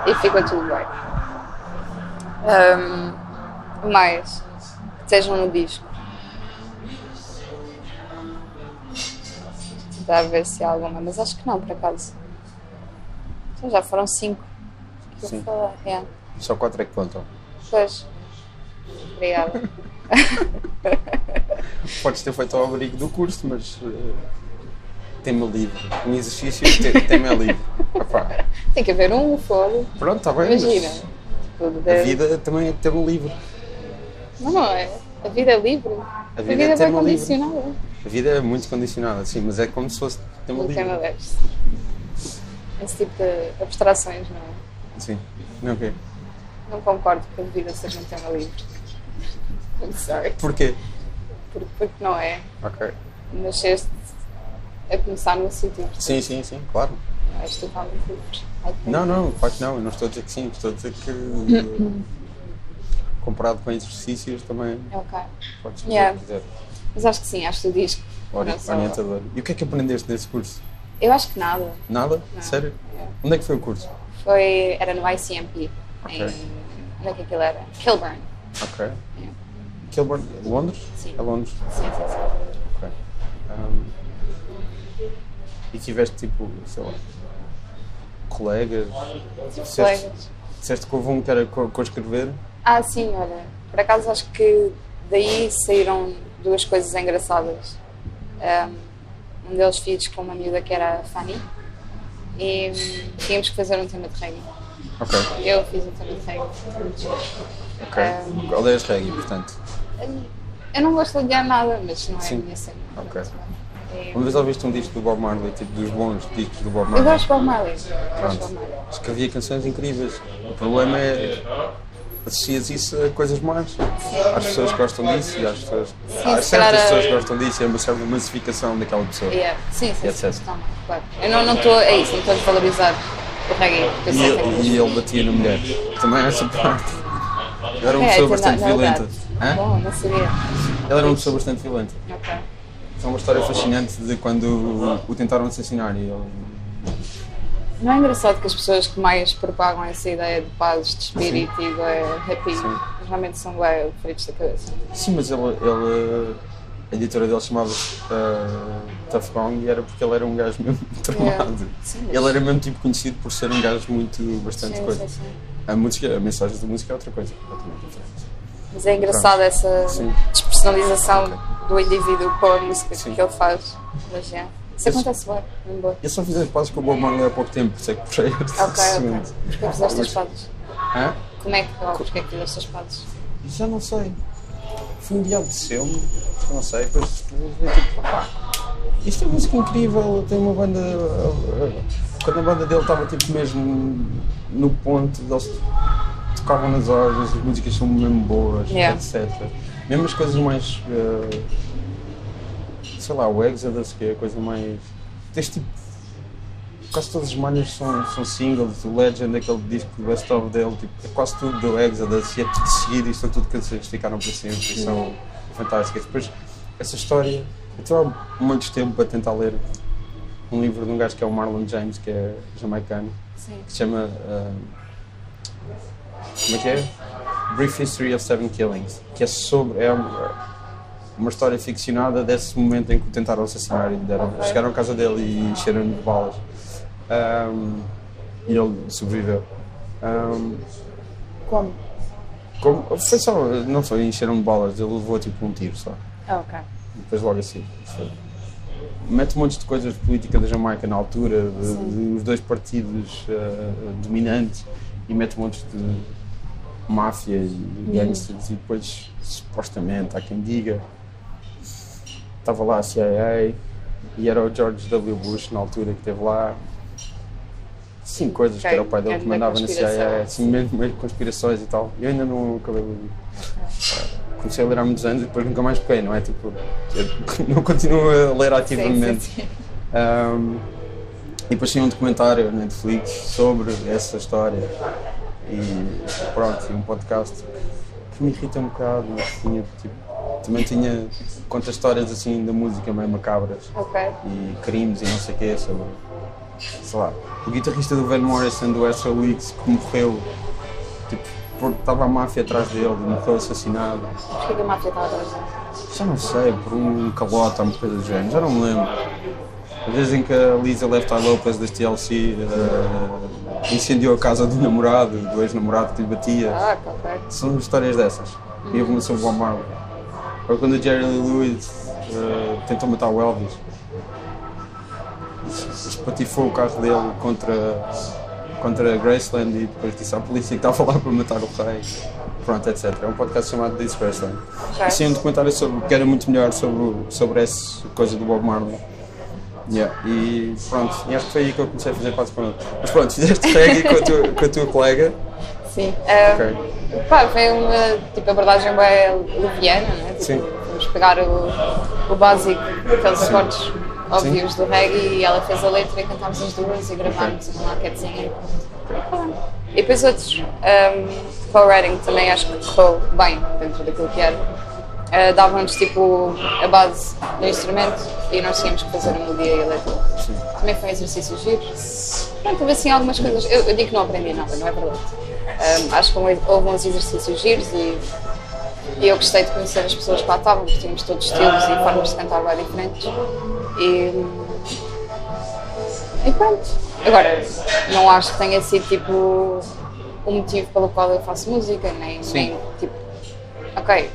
S3: E ficou tudo bem. Ah, mais. Estejam no disco. Tentar ver se há alguma, mas acho que não, por acaso. Então já foram cinco. Que eu
S1: Sim.
S3: falar. Yeah.
S1: Só quatro é que contam.
S3: Pois. Obrigada.
S1: Podes ter feito ao abrigo do curso, mas. eh, tema livre. Um exercício que te- tema é livre. Opa,
S3: Tem que haver um foro.
S1: Pronto, está bem. mas
S3: Imagina. Tudo
S1: A
S3: deve-
S1: vida também é tema livre.
S3: Não, não é. A vida é livre. A
S1: vida é
S3: vida vai
S1: tema livre.
S3: condicionada.
S1: A vida é muito condicionada, sim, mas é como se fosse tema
S3: O
S1: livre.
S3: tema deves. Esse tipo de abstrações, não é?
S1: Sim. Não quê?
S3: Não concordo que a vida seja um tema livre. I'm sorry.
S1: Porquê?
S3: Porque, porque não é.
S1: Ok.
S3: Nasceste a começar num sítio.
S1: Sim, sim, sim, claro.
S3: Não és totalmente livre. I think.
S1: Não, não, claro que não, eu não estou a dizer que sim, estou a dizer que comparado com exercícios também
S3: Ok.
S1: podes fazer
S3: Yeah.
S1: o que quiser.
S3: Mas acho que sim, acho que o disco.
S1: Ori-
S3: não só-
S1: orientador. E o que é que aprendeste nesse curso?
S3: Eu acho que nada.
S1: Nada? Sério? Onde é que foi o curso?
S3: Foi, era no ICMP. Em,
S1: Ok.
S3: onde é que aquilo era? Kilburn.
S1: Ok.
S3: Yeah.
S1: Kilburn, Londres?
S3: Sim.
S1: É Londres.
S3: Sim, sim, sim.
S1: Ok. Um, e tiveste tipo, sei lá, colegas? Disseste,
S3: Colegas.
S1: disseste que houve um que era co- co-escrever?
S3: Ah, sim, olha. Por acaso acho que daí saíram duas coisas engraçadas. Um, um deles fiz com uma miúda que era a Fanny e hum, tínhamos que fazer um tema de reggae.
S1: Ok.
S3: Eu fiz um tema de reggae.
S1: Ok.
S3: Um,
S1: é Odeias reggae, portanto.
S3: Eu não gosto de odiar nada, mas não é
S1: Sim.
S3: a minha cena.
S1: Ok.
S3: Pronto, é-
S1: Uma vez ouviste um disco do Bob Marley, tipo dos bons discos do Bob
S3: Eu
S1: Marley.
S3: gosto de Bob Marley. Gosto de Bob Marley.
S1: Escrevia canções incríveis. O problema é associas isso a coisas más. As pessoas que gostam disso e às pessoas. Há
S3: se
S1: certas
S3: calhar,
S1: pessoas
S3: eh,
S1: que gostam disso e é uma certa massificação daquela pessoa.
S3: Yeah. Sim, sim,
S1: Yes,
S3: sim,
S1: yes.
S3: toma, claro. Eu não não estou, é isso, não estou a desvalorizar o reggae. porque eu
S1: E
S3: sei que é
S1: ele, e ele batia na mulher. Também essa parte. Ele era uma
S3: É,
S1: pessoa
S3: então,
S1: bastante
S3: na- na
S1: violenta.
S3: verdade.
S1: Hã?
S3: Bom, não sabia.
S1: Ele era uma pessoa bastante violenta.
S3: Ok.
S1: É uma história fascinante de quando o- o tentaram assassinar e ele
S3: Não é engraçado que as pessoas que mais propagam essa ideia de paz de espírito e de happy realmente são bem feridos da cabeça.
S1: Sim, mas ele, ele, a editora dele chamava-se uh, Tough Gong e era porque ele era um gajo mesmo tramado.
S3: Sim, mas-
S1: Ele era mesmo tipo conhecido por ser um gajo muito bastante
S3: Sim,
S1: coisa.
S3: sim, sim.
S1: A, música, a mensagem da música é outra coisa. completamente diferente.
S3: Mas é engraçado essa
S1: Sim.
S3: despersonalização do indivíduo com a música
S1: Sim.
S3: que ele faz. Mas é. Isso
S1: Esse-
S3: acontece bem, bem bom.
S1: Eu só fiz as pazes com o Bob Marley há pouco tempo, por isso é que puxei este
S3: Ok, ok.
S1: assunto.
S3: Porquê que fizeste as pazes?
S1: Hã?
S3: Como é que, ou porquê que fizeste as pazes?
S1: Já não sei. Foi um dia obsceno, não sei, depois eu tipo, pá, isto é música incrível, tem uma banda. Quando a banda dele estava tipo mesmo no ponto, eles tocavam nas horas, as músicas são mesmo boas,
S3: Yeah.
S1: etc. Mesmo as coisas mais. eh, sei lá, o Exodus, que é a coisa mais. Deste tipo. Quase todas as manhas são, são singles, o Legend, aquele disco do Best of dele, tipo, é quase tudo do Exodus e é tudo seguido e são tudo canções que ficaram para sempre e são fantásticas. Depois, essa história, eu estou há muito tempo a tentar ler um livro de um gajo que é o Marlon James, que é jamaicano,
S3: Sim.
S1: que se chama. ah, como é que é? Brief History of Seven Killings, que é sobre. É uma, uma história ficcionada desse momento em que o tentaram assassinar e lhe deram, chegaram à casa dele e encheram-lhe de balas. Ahm, e ele sobreviveu. Ahm,
S3: Como?
S1: como, foi só, não foi encheram-lhe de balas, ele levou tipo um tiro só.
S3: Ah, ok.
S1: Depois logo assim. Foi. Mete um monte de coisas de política da Jamaica na altura, de- de- dos dois partidos eh, dominantes, e mete um monte de máfia
S3: Hum.
S1: e gangsters, e depois, supostamente, há quem diga, estava lá a CIA, e era o George W. Bush na altura que esteve lá. Sim, coisas que
S3: Ok,
S1: era o pai dele que
S3: grande
S1: mandava na
S3: conspiração.
S1: CIA, assim, mesmo, mesmo conspirações e tal. Eu ainda não acabei de ouvir comecei a ler há muitos anos e depois nunca mais peguei, não é? Tipo, eu não continuo a ler ativamente.
S3: Sim, sim, sim.
S1: Ahm, e depois tinha um documentário na Netflix sobre essa história e pronto, e um podcast que me irrita um bocado, mas tinha, tipo, também tinha conta histórias assim da música meio macabras
S3: Ok.
S1: e crimes e não sei o quê, sobre, sei lá, o guitarrista do Van Morrison do Astro Weeks que morreu, tipo, porque estava a máfia atrás dele, morreu assassinado.
S3: Porquê que a máfia estava atrás dele?
S1: Já não sei, por um calota, uma coisa do género, já não me lembro. A vez em que a Lisa Left Eye Lopez das TLC eh, incendiou a casa do namorado, do ex-namorado que lhe batia.
S3: Ah, ok.
S1: São histórias dessas. E houve uma sobre o Bob Marley. Ou quando o Jerry Lee Lewis eh, tentou matar o Elvis. Espatifou o carro dele contra, contra a Graceland e depois disse à polícia que estava lá para matar o rei. Pronto, etc. É um podcast chamado This Graceland.
S3: Ok.
S1: E sim, um documentário sobre, que era muito melhor sobre, o- sobre essa coisa do Bob Marley. Yeah, E pronto, e acho que foi aí que eu comecei a fazer parte com ele. Mas pronto, fizeste reggae com a tua, com a tua colega.
S3: Sim. Ah,
S1: Ok.
S3: Pá, foi uma tipo, abordagem bem leviana, né? Tipo,
S1: Sim.
S3: Vamos pegar o, o básico, aqueles acordes óbvios do reggae e ela fez a letra e cantámos as duas e gravámos uma maquetezinha. E depois outros, um, co-writing também acho que correu bem dentro daquilo que era. Ah, Davam-nos tipo a base do instrumento e nós tínhamos que fazer um a melodia e a letra. Também foi um exercício giro. Pronto, houve assim algumas coisas. Eu, eu digo que não aprendi nada, não é verdade. Um, acho que houve uns exercícios giros e, e eu gostei de conhecer as pessoas que lá estavam, porque tínhamos todos estilos e formas de cantar bem diferentes. E, e pronto. Agora, não acho que tenha sido tipo o motivo pelo qual eu faço música, nem,
S1: Sim.
S3: nem tipo. Ok,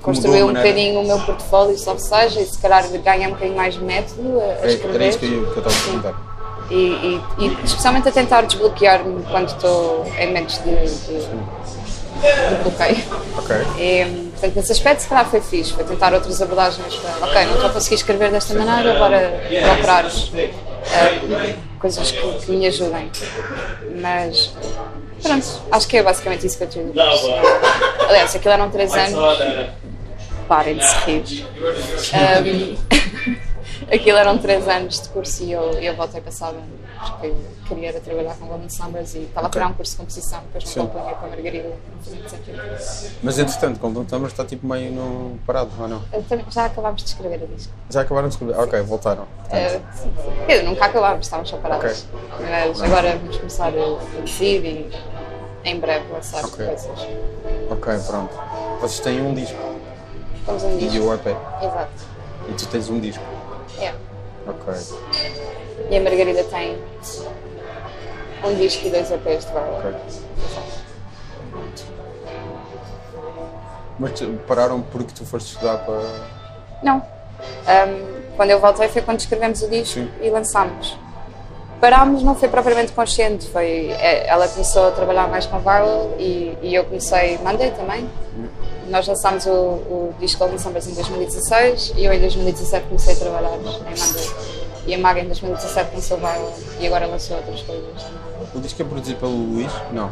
S3: construir
S1: a
S3: um
S1: maneira.
S3: bocadinho o meu portfólio, só que seja, e se calhar ganhar um bocadinho mais de método a- a
S1: Era, era
S3: escrever.
S1: isso É, que eu que eu estava a perguntar.
S3: E, e- e especialmente a tentar desbloquear-me quando estou em momentos de, de, do bloqueio.
S1: Ok.
S3: E, portanto, nesse aspecto, se calhar foi fixe, foi tentar outras abordagens. Para, ok, não estou a conseguir escrever desta maneira, agora procurar eh, coisas que, que me ajudem. Mas, pronto, acho que é basicamente isso que eu tive. Aliás, aquilo eram três anos, parem de se rir. Um, aquilo eram três anos de curso e eu, eu voltei passada porque eu queria era trabalhar com Golden Summers e estava a tirar um curso de composição, depois
S1: Sim.
S3: me compunha com a Margarida, não fazia muito sentido.
S1: Mas entretanto, Golden Thumbers está tipo meio no parado, ou não?
S3: Eu também- Já acabámos de escrever a disco.
S1: Já acabaram de escrever? Ok, voltaram.
S3: Eh, sim. Quer dizer, nunca acabámos, estávamos só parados. Mas agora vamos começar a produzir e em breve lançar
S1: Ok.
S3: coisas.
S1: Ok, pronto. Vocês têm um disco
S3: Estamos em
S1: e
S3: disco.
S1: o EP.
S3: Exato.
S1: E tu tens um disco.
S3: É.
S1: Ok.
S3: E a Margarida tem um disco e dois EPs de
S1: Ok.
S3: barba.
S1: Mas tu- pararam porque tu foste estudar para.
S3: Não. Ahm, quando eu voltei foi quando escrevemos o disco
S1: Sim.
S3: e lançámos. Parámos, não foi propriamente consciente, foi é, ela começou a trabalhar mais com Viral e, e eu comecei, mandei também. Nós lançámos o, o disco Golden Summers em 2016 e eu em 2017 comecei a trabalhar em Mandei. E a Maga em 2017 lançou Viral e agora lançou outras coisas também.
S1: O disco é produzido pelo Luís? Não.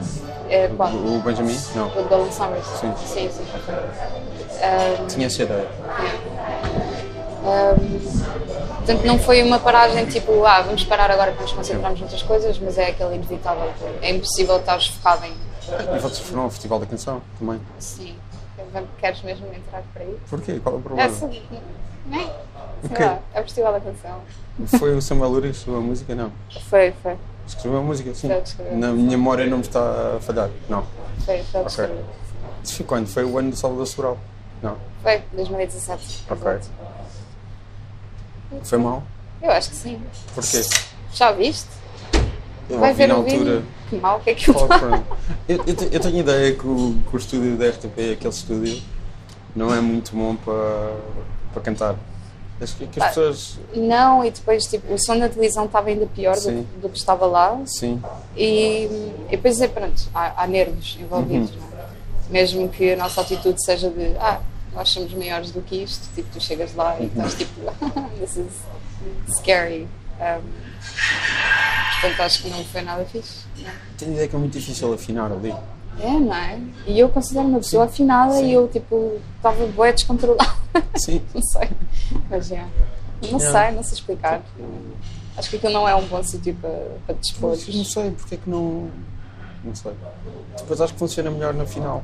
S3: É, qual?
S1: O o Benjamin? Não.
S3: O Golden Summers?
S1: Sim.
S3: Sim, sim. Ahm,
S1: Tinha essa ideia.
S3: Um, portanto, não foi uma paragem tipo, ah, vamos parar agora que nos concentramos noutras coisas, mas é aquele inevitável. que É impossível estar focado em.
S1: E vocês foram ao Festival da Canção também.
S3: Sim, queres mesmo entrar para aí?
S1: Porquê? Qual é o problema?
S3: Essa. Nem? Sei
S1: Ok.
S3: lá, é o festival da canção.
S1: Foi o Samuel Uri que escreveu a música? Não.
S3: Foi, foi.
S1: Escreveu a música, sim.
S3: Foi ele que escreveu.
S1: Na minha memória não me está a falhar. Não.
S3: Foi, foi o que
S1: Ok.
S3: escrevi.
S1: Isso foi quando? Foi o ano do Salvador Sobral? Não.
S3: Foi, 2017.
S1: Ok.
S3: exato.
S1: Foi mal?
S3: Eu acho que sim.
S1: Porquê?
S3: Já viste?
S1: Eu
S3: Vai
S1: ouvi
S3: ver
S1: na
S3: o vídeo.
S1: altura.
S3: Que mal, o que é que eu
S1: Oh, pronto. eu, eu te- eu tenho ideia que o, que o estúdio da RTP, aquele estúdio, não é muito bom para, para cantar. Acho que, que as
S3: Pá.
S1: pessoas.
S3: Não, e depois tipo, o som na televisão estava ainda pior do,
S1: Sim.
S3: do que estava lá.
S1: Sim.
S3: E, e depois é pronto, há, há nervos
S1: Uhum.
S3: envolvidos, não é? Mesmo que a nossa atitude seja de ah, nós somos maiores do que isto, tipo, tu chegas lá e
S1: Uhum.
S3: estás tipo, this is scary. Um, portanto, acho que não foi nada fixe. não é?
S1: Tenho ideia que é muito difícil afinar ali.
S3: É, não é? E eu considero-me uma pessoa afinada e eu, tipo, estava boa descontrolada.
S1: Sim.
S3: não sei. Mas, é. Não
S1: Yeah.
S3: sei, não sei explicar. Acho que aquilo não é um bom sítio para, para te
S1: Não
S3: dispor.
S1: sei, porque é que não. Não sei. Depois acho que funciona melhor na final.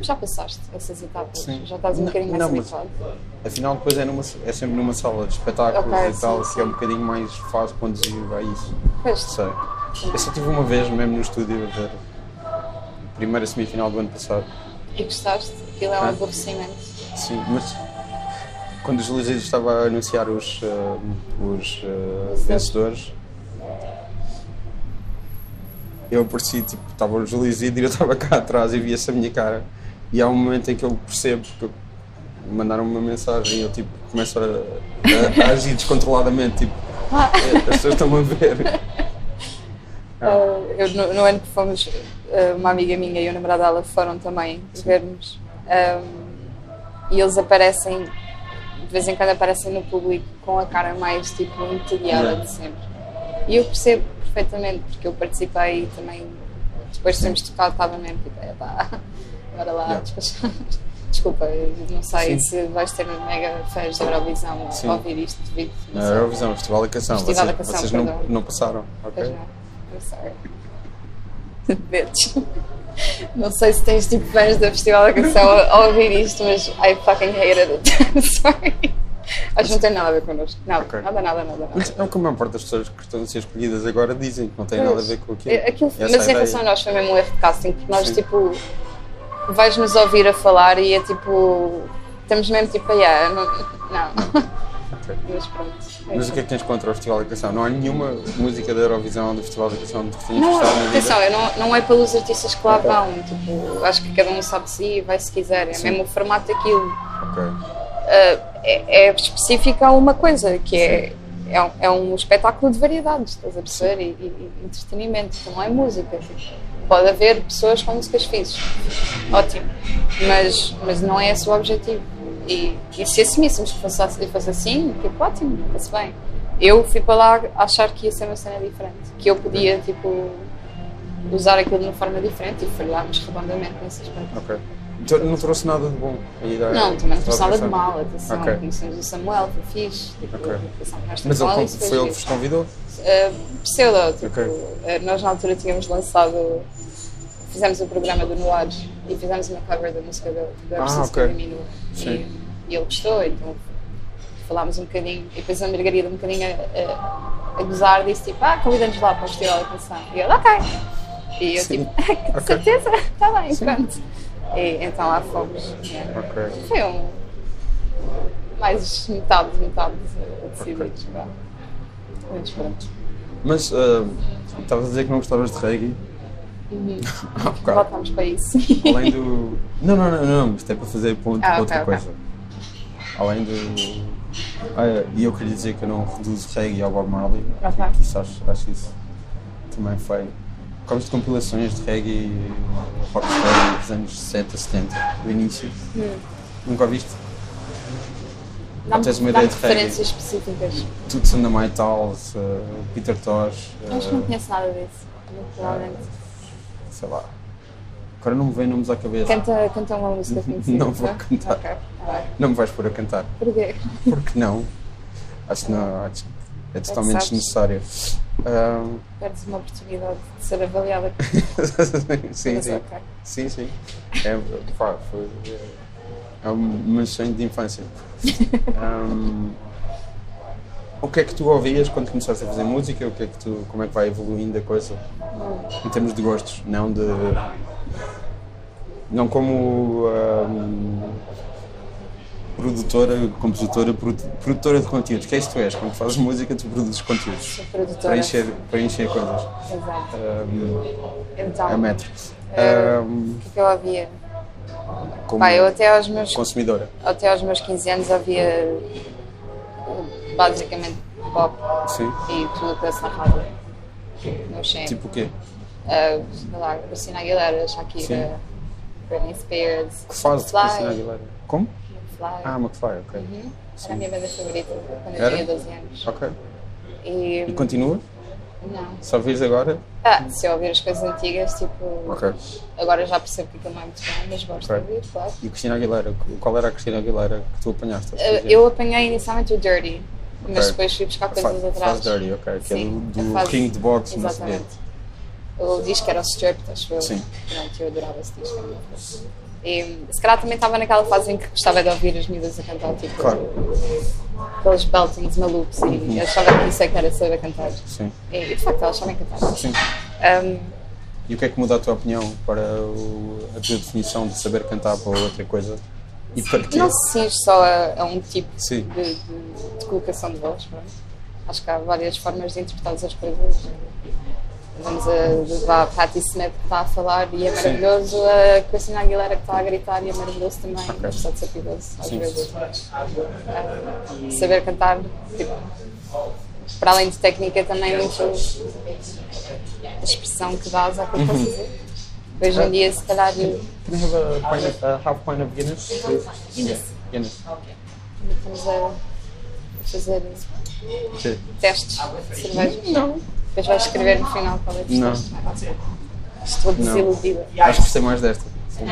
S3: Já passaste essas etapas?
S1: Sim.
S3: Já estás um
S1: Não-
S3: bocadinho mais
S1: não, mas-
S3: habituado?
S1: Afinal, depois é, numa, é sempre numa sala de espetáculos
S3: Ok,
S1: e tal,
S3: sim,
S1: que é um bocadinho mais fácil conduzir a isso.
S3: Pois,
S1: Sei. Eu só tive uma vez mesmo no estúdio a ver a primeira semifinal do ano passado.
S3: e gostaste? Aquilo é um
S1: Ah.
S3: aborrecimento.
S1: Sim, mas quando os Lusíados estava a anunciar os, ah, os ah, vencedores, eu apareci, tipo, estava os Lusíados e eu estava cá atrás e via-se a minha cara. E há um momento em que eu percebo que eu- mandaram-me uma mensagem e eu tipo, começo a, a- a agir descontroladamente, tipo, as pessoas estão a ver.
S3: Ah, eu, no, no ano que fomos, ah, uma amiga minha e o namorado dela foram também ver-nos. Ah, e eles aparecem, de vez em quando aparecem no público com a cara mais tipo entediada
S1: Yeah.
S3: de sempre. E eu percebo perfeitamente, porque eu participei e também, depois de termos tocado, estava mesmo tipo, "É pá, bora lá,
S1: Yeah.
S3: despachar. Desculpa, eu não
S1: Sim.
S3: sei se vais ter mega fãs da Eurovisão
S1: Sim.
S3: a ouvir isto de vídeo. não
S1: Na
S3: sei.
S1: Eurovisão, Festival da Canção,
S3: Festival da
S1: vocês,
S3: Canção,
S1: vocês
S3: perdão.
S1: não, não passaram,
S3: Pois
S1: ok?
S3: não. I'm sorry. Bitch. Não sei se tens tipo fãs da Festival da Canção a a ouvir isto, mas I fucking hated it. I'm sorry. Acho que não tem nada a ver connosco. Nada,
S1: Ok.
S3: nada, nada, nada. nada.
S1: Mas é o que a maior parte das pessoas que estão a ser escolhidas agora dizem, que não tem nada a ver com aquilo.
S3: É, aquilo
S1: Essa
S3: mas em
S1: ideia.
S3: relação a nós foi mesmo um erro de casting, porque nós
S1: Sim.
S3: tipo vais-nos ouvir a falar e é tipo. Estamos mesmo tipo, ah, yeah, não. não.
S1: Ok.
S3: Mas pronto. é
S1: Mas o que é que tens contra o Festival da Canção? Não há nenhuma música da Eurovisão ou do Festival da Canção de que tenhas
S3: Não,
S1: gostado na vida?
S3: atenção, eu não, não é pelos artistas que lá vão, tipo, acho que cada um sabe de si e vai se quiser, é
S1: Sim.
S3: mesmo o formato daquilo.
S1: Ok.
S3: Ah, é, é específico a uma coisa, que é, é, um, é um espetáculo de variedades, estás a perceber, e, e- e entretenimento, que não é música. tipo, Pode haver pessoas com músicas fixes, ótimo, mas, mas não é esse o objetivo. E, e se assumíssemos que fosse, ass- fosse assim, tipo, ótimo, está-se bem. Eu fui para lá a achar que ia ser uma cena diferente, que eu podia, tipo, usar aquilo de uma forma diferente e falhámos redondamente nesse aspecto.
S1: Ok. Então não trouxe nada de bom aí da.
S3: Não, também não
S1: da
S3: fiz nada de assim,
S1: aplicação.
S3: mal, atenção.
S1: Ok.
S3: Conhecemos o Samuel, foi fixe. Tipo,
S1: Ok.
S3: a aplicação que nós temos
S1: Mas ele
S3: lá,
S1: con-
S3: isso
S1: foi ele que vos
S3: giro.
S1: convidou?
S3: Uh, pseudo, tipo,
S1: Ok.
S3: uh, nós na altura tínhamos lançado, fizemos o programa do Noir e fizemos uma cover da música da, da
S1: Ah,
S3: Narciso
S1: ok.
S3: Caramino.
S1: Sim.
S3: E, e ele gostou, então falámos um bocadinho, e depois a Margarida um bocadinho a, a, a gozar disse tipo, ah, convidamos lá para o festival da canção. E ele, ok. E eu
S1: Sim.
S3: tipo, com
S1: Ok.
S3: certeza, está bem, pronto. E então lá fomos. né.
S1: Ok.
S3: Foi um. Mais metade, metade eh, decididos. vá. Mas pronto.
S1: Mas ah, estavas a dizer que não gostavas de reggae.
S3: Uhum.
S1: Há bocado.
S3: Voltamos para isso.
S1: Além do. Não, não, não, não, isto é para fazer ponto
S3: Ah, ok,
S1: outra
S3: ok.
S1: coisa. Além do. Ah, é, e eu queria dizer que eu não reduzo reggae ao Bob Marley.
S3: Ok.
S1: Isso, acho, acho isso também foi. Comes de compilações de reggae, rock reggae dos anos 60, 70, do início.
S3: Hum.
S1: Nunca ouviste?
S3: Dá-me
S1: Tens uma
S3: dá-me
S1: ideia de reggae?
S3: referências específicas.
S1: Tudo na My Tals, Peter Tosh, eh,
S3: Acho que não conheço nada disso. muito provavelmente.
S1: sei lá. Agora não me vem nomes à cabeça.
S3: Canta, canta uma música conhecida.
S1: Não vou
S3: tá?
S1: cantar.
S3: Ok, tá bem.
S1: Não me vais pôr a cantar.
S3: Porquê?
S1: Porque não? Acho que não, acho que é totalmente
S3: sabes.
S1: desnecessário. Ahm,
S3: Perdes uma oportunidade de ser avaliada.
S1: sim,
S3: Mas
S1: sim.
S3: ok.
S1: Sim, sim. É, pá, foi, é, é um meu sonho de infância. Ahm, o que é que tu ouvias quando começaste a fazer música? O que é que tu, como é que vai evoluindo a coisa? Em termos de gostos, não de. Não como ahm, produtora, compositora, produ- produtora de conteúdos. Que é isso que tu és? Quando fazes música, tu produzes conteúdos.
S3: Sou produtora.
S1: Para encher, para encher coisas.
S3: Exato.
S1: Ahm,
S3: Então,
S1: a metro.
S3: eh,
S1: Ahm,
S3: o que é que eu havia?
S1: como
S3: Pá, eu até aos meus
S1: consumidora.
S3: até aos meus 15 anos havia eh, basicamente pop
S1: Sim.
S3: e tudo o que na rádio. No Shane.
S1: Tipo o quê?
S3: Uh, sei lá, Cristina Aguilera, Shakira, Britney Spears,
S1: Que fase de
S3: Fly.
S1: Cristina Aguilera? Como?
S3: McFly.
S1: Ah, McFly, ok.
S3: Uhum. Era a minha banda favorita quando eu
S1: Era?
S3: tinha 12 anos.
S1: Ok.
S3: E,
S1: E continua?
S3: não.
S1: Só vês agora?
S3: Ah, se eu ouvir as coisas antigas, tipo.
S1: Ok.
S3: Agora já percebo que aquilo não é muito bom, mas gosto
S1: Ok.
S3: de ouvir, claro.
S1: E Cristina Aguilera? Qual era a Cristina Aguilera que tu apanhaste?
S3: Uh, eu apanhei inicialmente o Dirty, mas
S1: Ok.
S3: depois fui buscar
S1: Fa-
S3: coisas
S1: Faz
S3: atrás.
S1: Dirty, ok. Que é
S3: Sim,
S1: do, do
S3: a fase-
S1: King de Boxe, não sei o quê.
S3: Exatamente. Ele diz que era o Stripped, acho eu.
S1: Sim.
S3: Pronto, eu adorava esse disco. era muito bom. E se calhar também estava naquela fase em que gostava de ouvir as miúdas a cantar, tipo,
S1: Claro.
S3: aqueles beltings malucos, e eu achava que isso é que era saber a cantar.
S1: Sim.
S3: E, e, de facto, elas sabem cantar.
S1: Sim.
S3: Um,
S1: E o que é que muda a tua opinião para o- a tua definição de saber cantar para outra coisa? E para quê?
S3: não se cinge só a, a um tipo
S1: Sim.
S3: de, de- de colocação de voz, pronto. Acho que há várias formas de interpretar as coisas. Vamos a, vá a Patti Smith que está a falar e é maravilhoso, a Cristina Aguilera que está a gritar e é maravilhoso também, apesar de ser perigoso às
S1: Sim.
S3: vezes. Ah, saber cantar, tipo, para além de técnica, também é muito a expressão que dás àquilo que
S1: Uhum.
S3: posso dizer. Hoje em dia, se calhar, eu-
S1: Can I have a pint of, a Uh, half pint of Guinness? Guinness. Guinness.
S3: estamos a fazer
S1: Sim.
S3: testes de cervejas? Não. Depois vais escrever no final qual é que
S1: Não.
S3: Estou desiludida.
S1: Acho que gostei mais desta. Sim.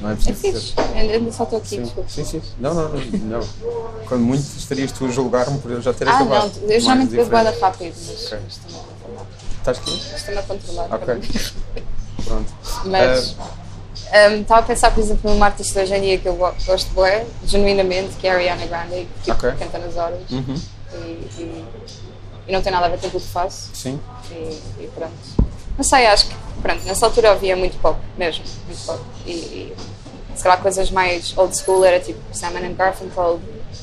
S1: Não é
S3: É
S1: preciso dizer.
S3: fixe, ainda ainda só estou aqui,
S1: Sim,
S3: desculpa.
S1: sim, sim. Não, não, não, não. Quando muito estarias tu a julgar-me por eu já ter
S3: Ah, não,
S1: acabado.
S3: eu já
S1: Mais
S3: me bebo
S1: é diferente.
S3: boada rápido, mas
S1: Ok.
S3: estou-me a controlar.
S1: Estás aqui?
S3: Estou-me a controlar.
S1: Ok.
S3: perdão.
S1: Pronto.
S3: Mas
S1: Ah,
S3: hum, estava a pensar, por exemplo, numa artista hoje em dia que eu go- gosto de boé, genuinamente, que é a Ariana Grande, que
S1: Ok.
S3: canta nas horas.
S1: uhum,
S3: E, e- e não tem nada a ver com o que faço.
S1: Sim.
S3: e, e pronto. Não sei, acho que pronto, nessa altura havia muito pop mesmo, muito pop. E, e se calhar coisas mais old school era tipo Simon and Garfunkel,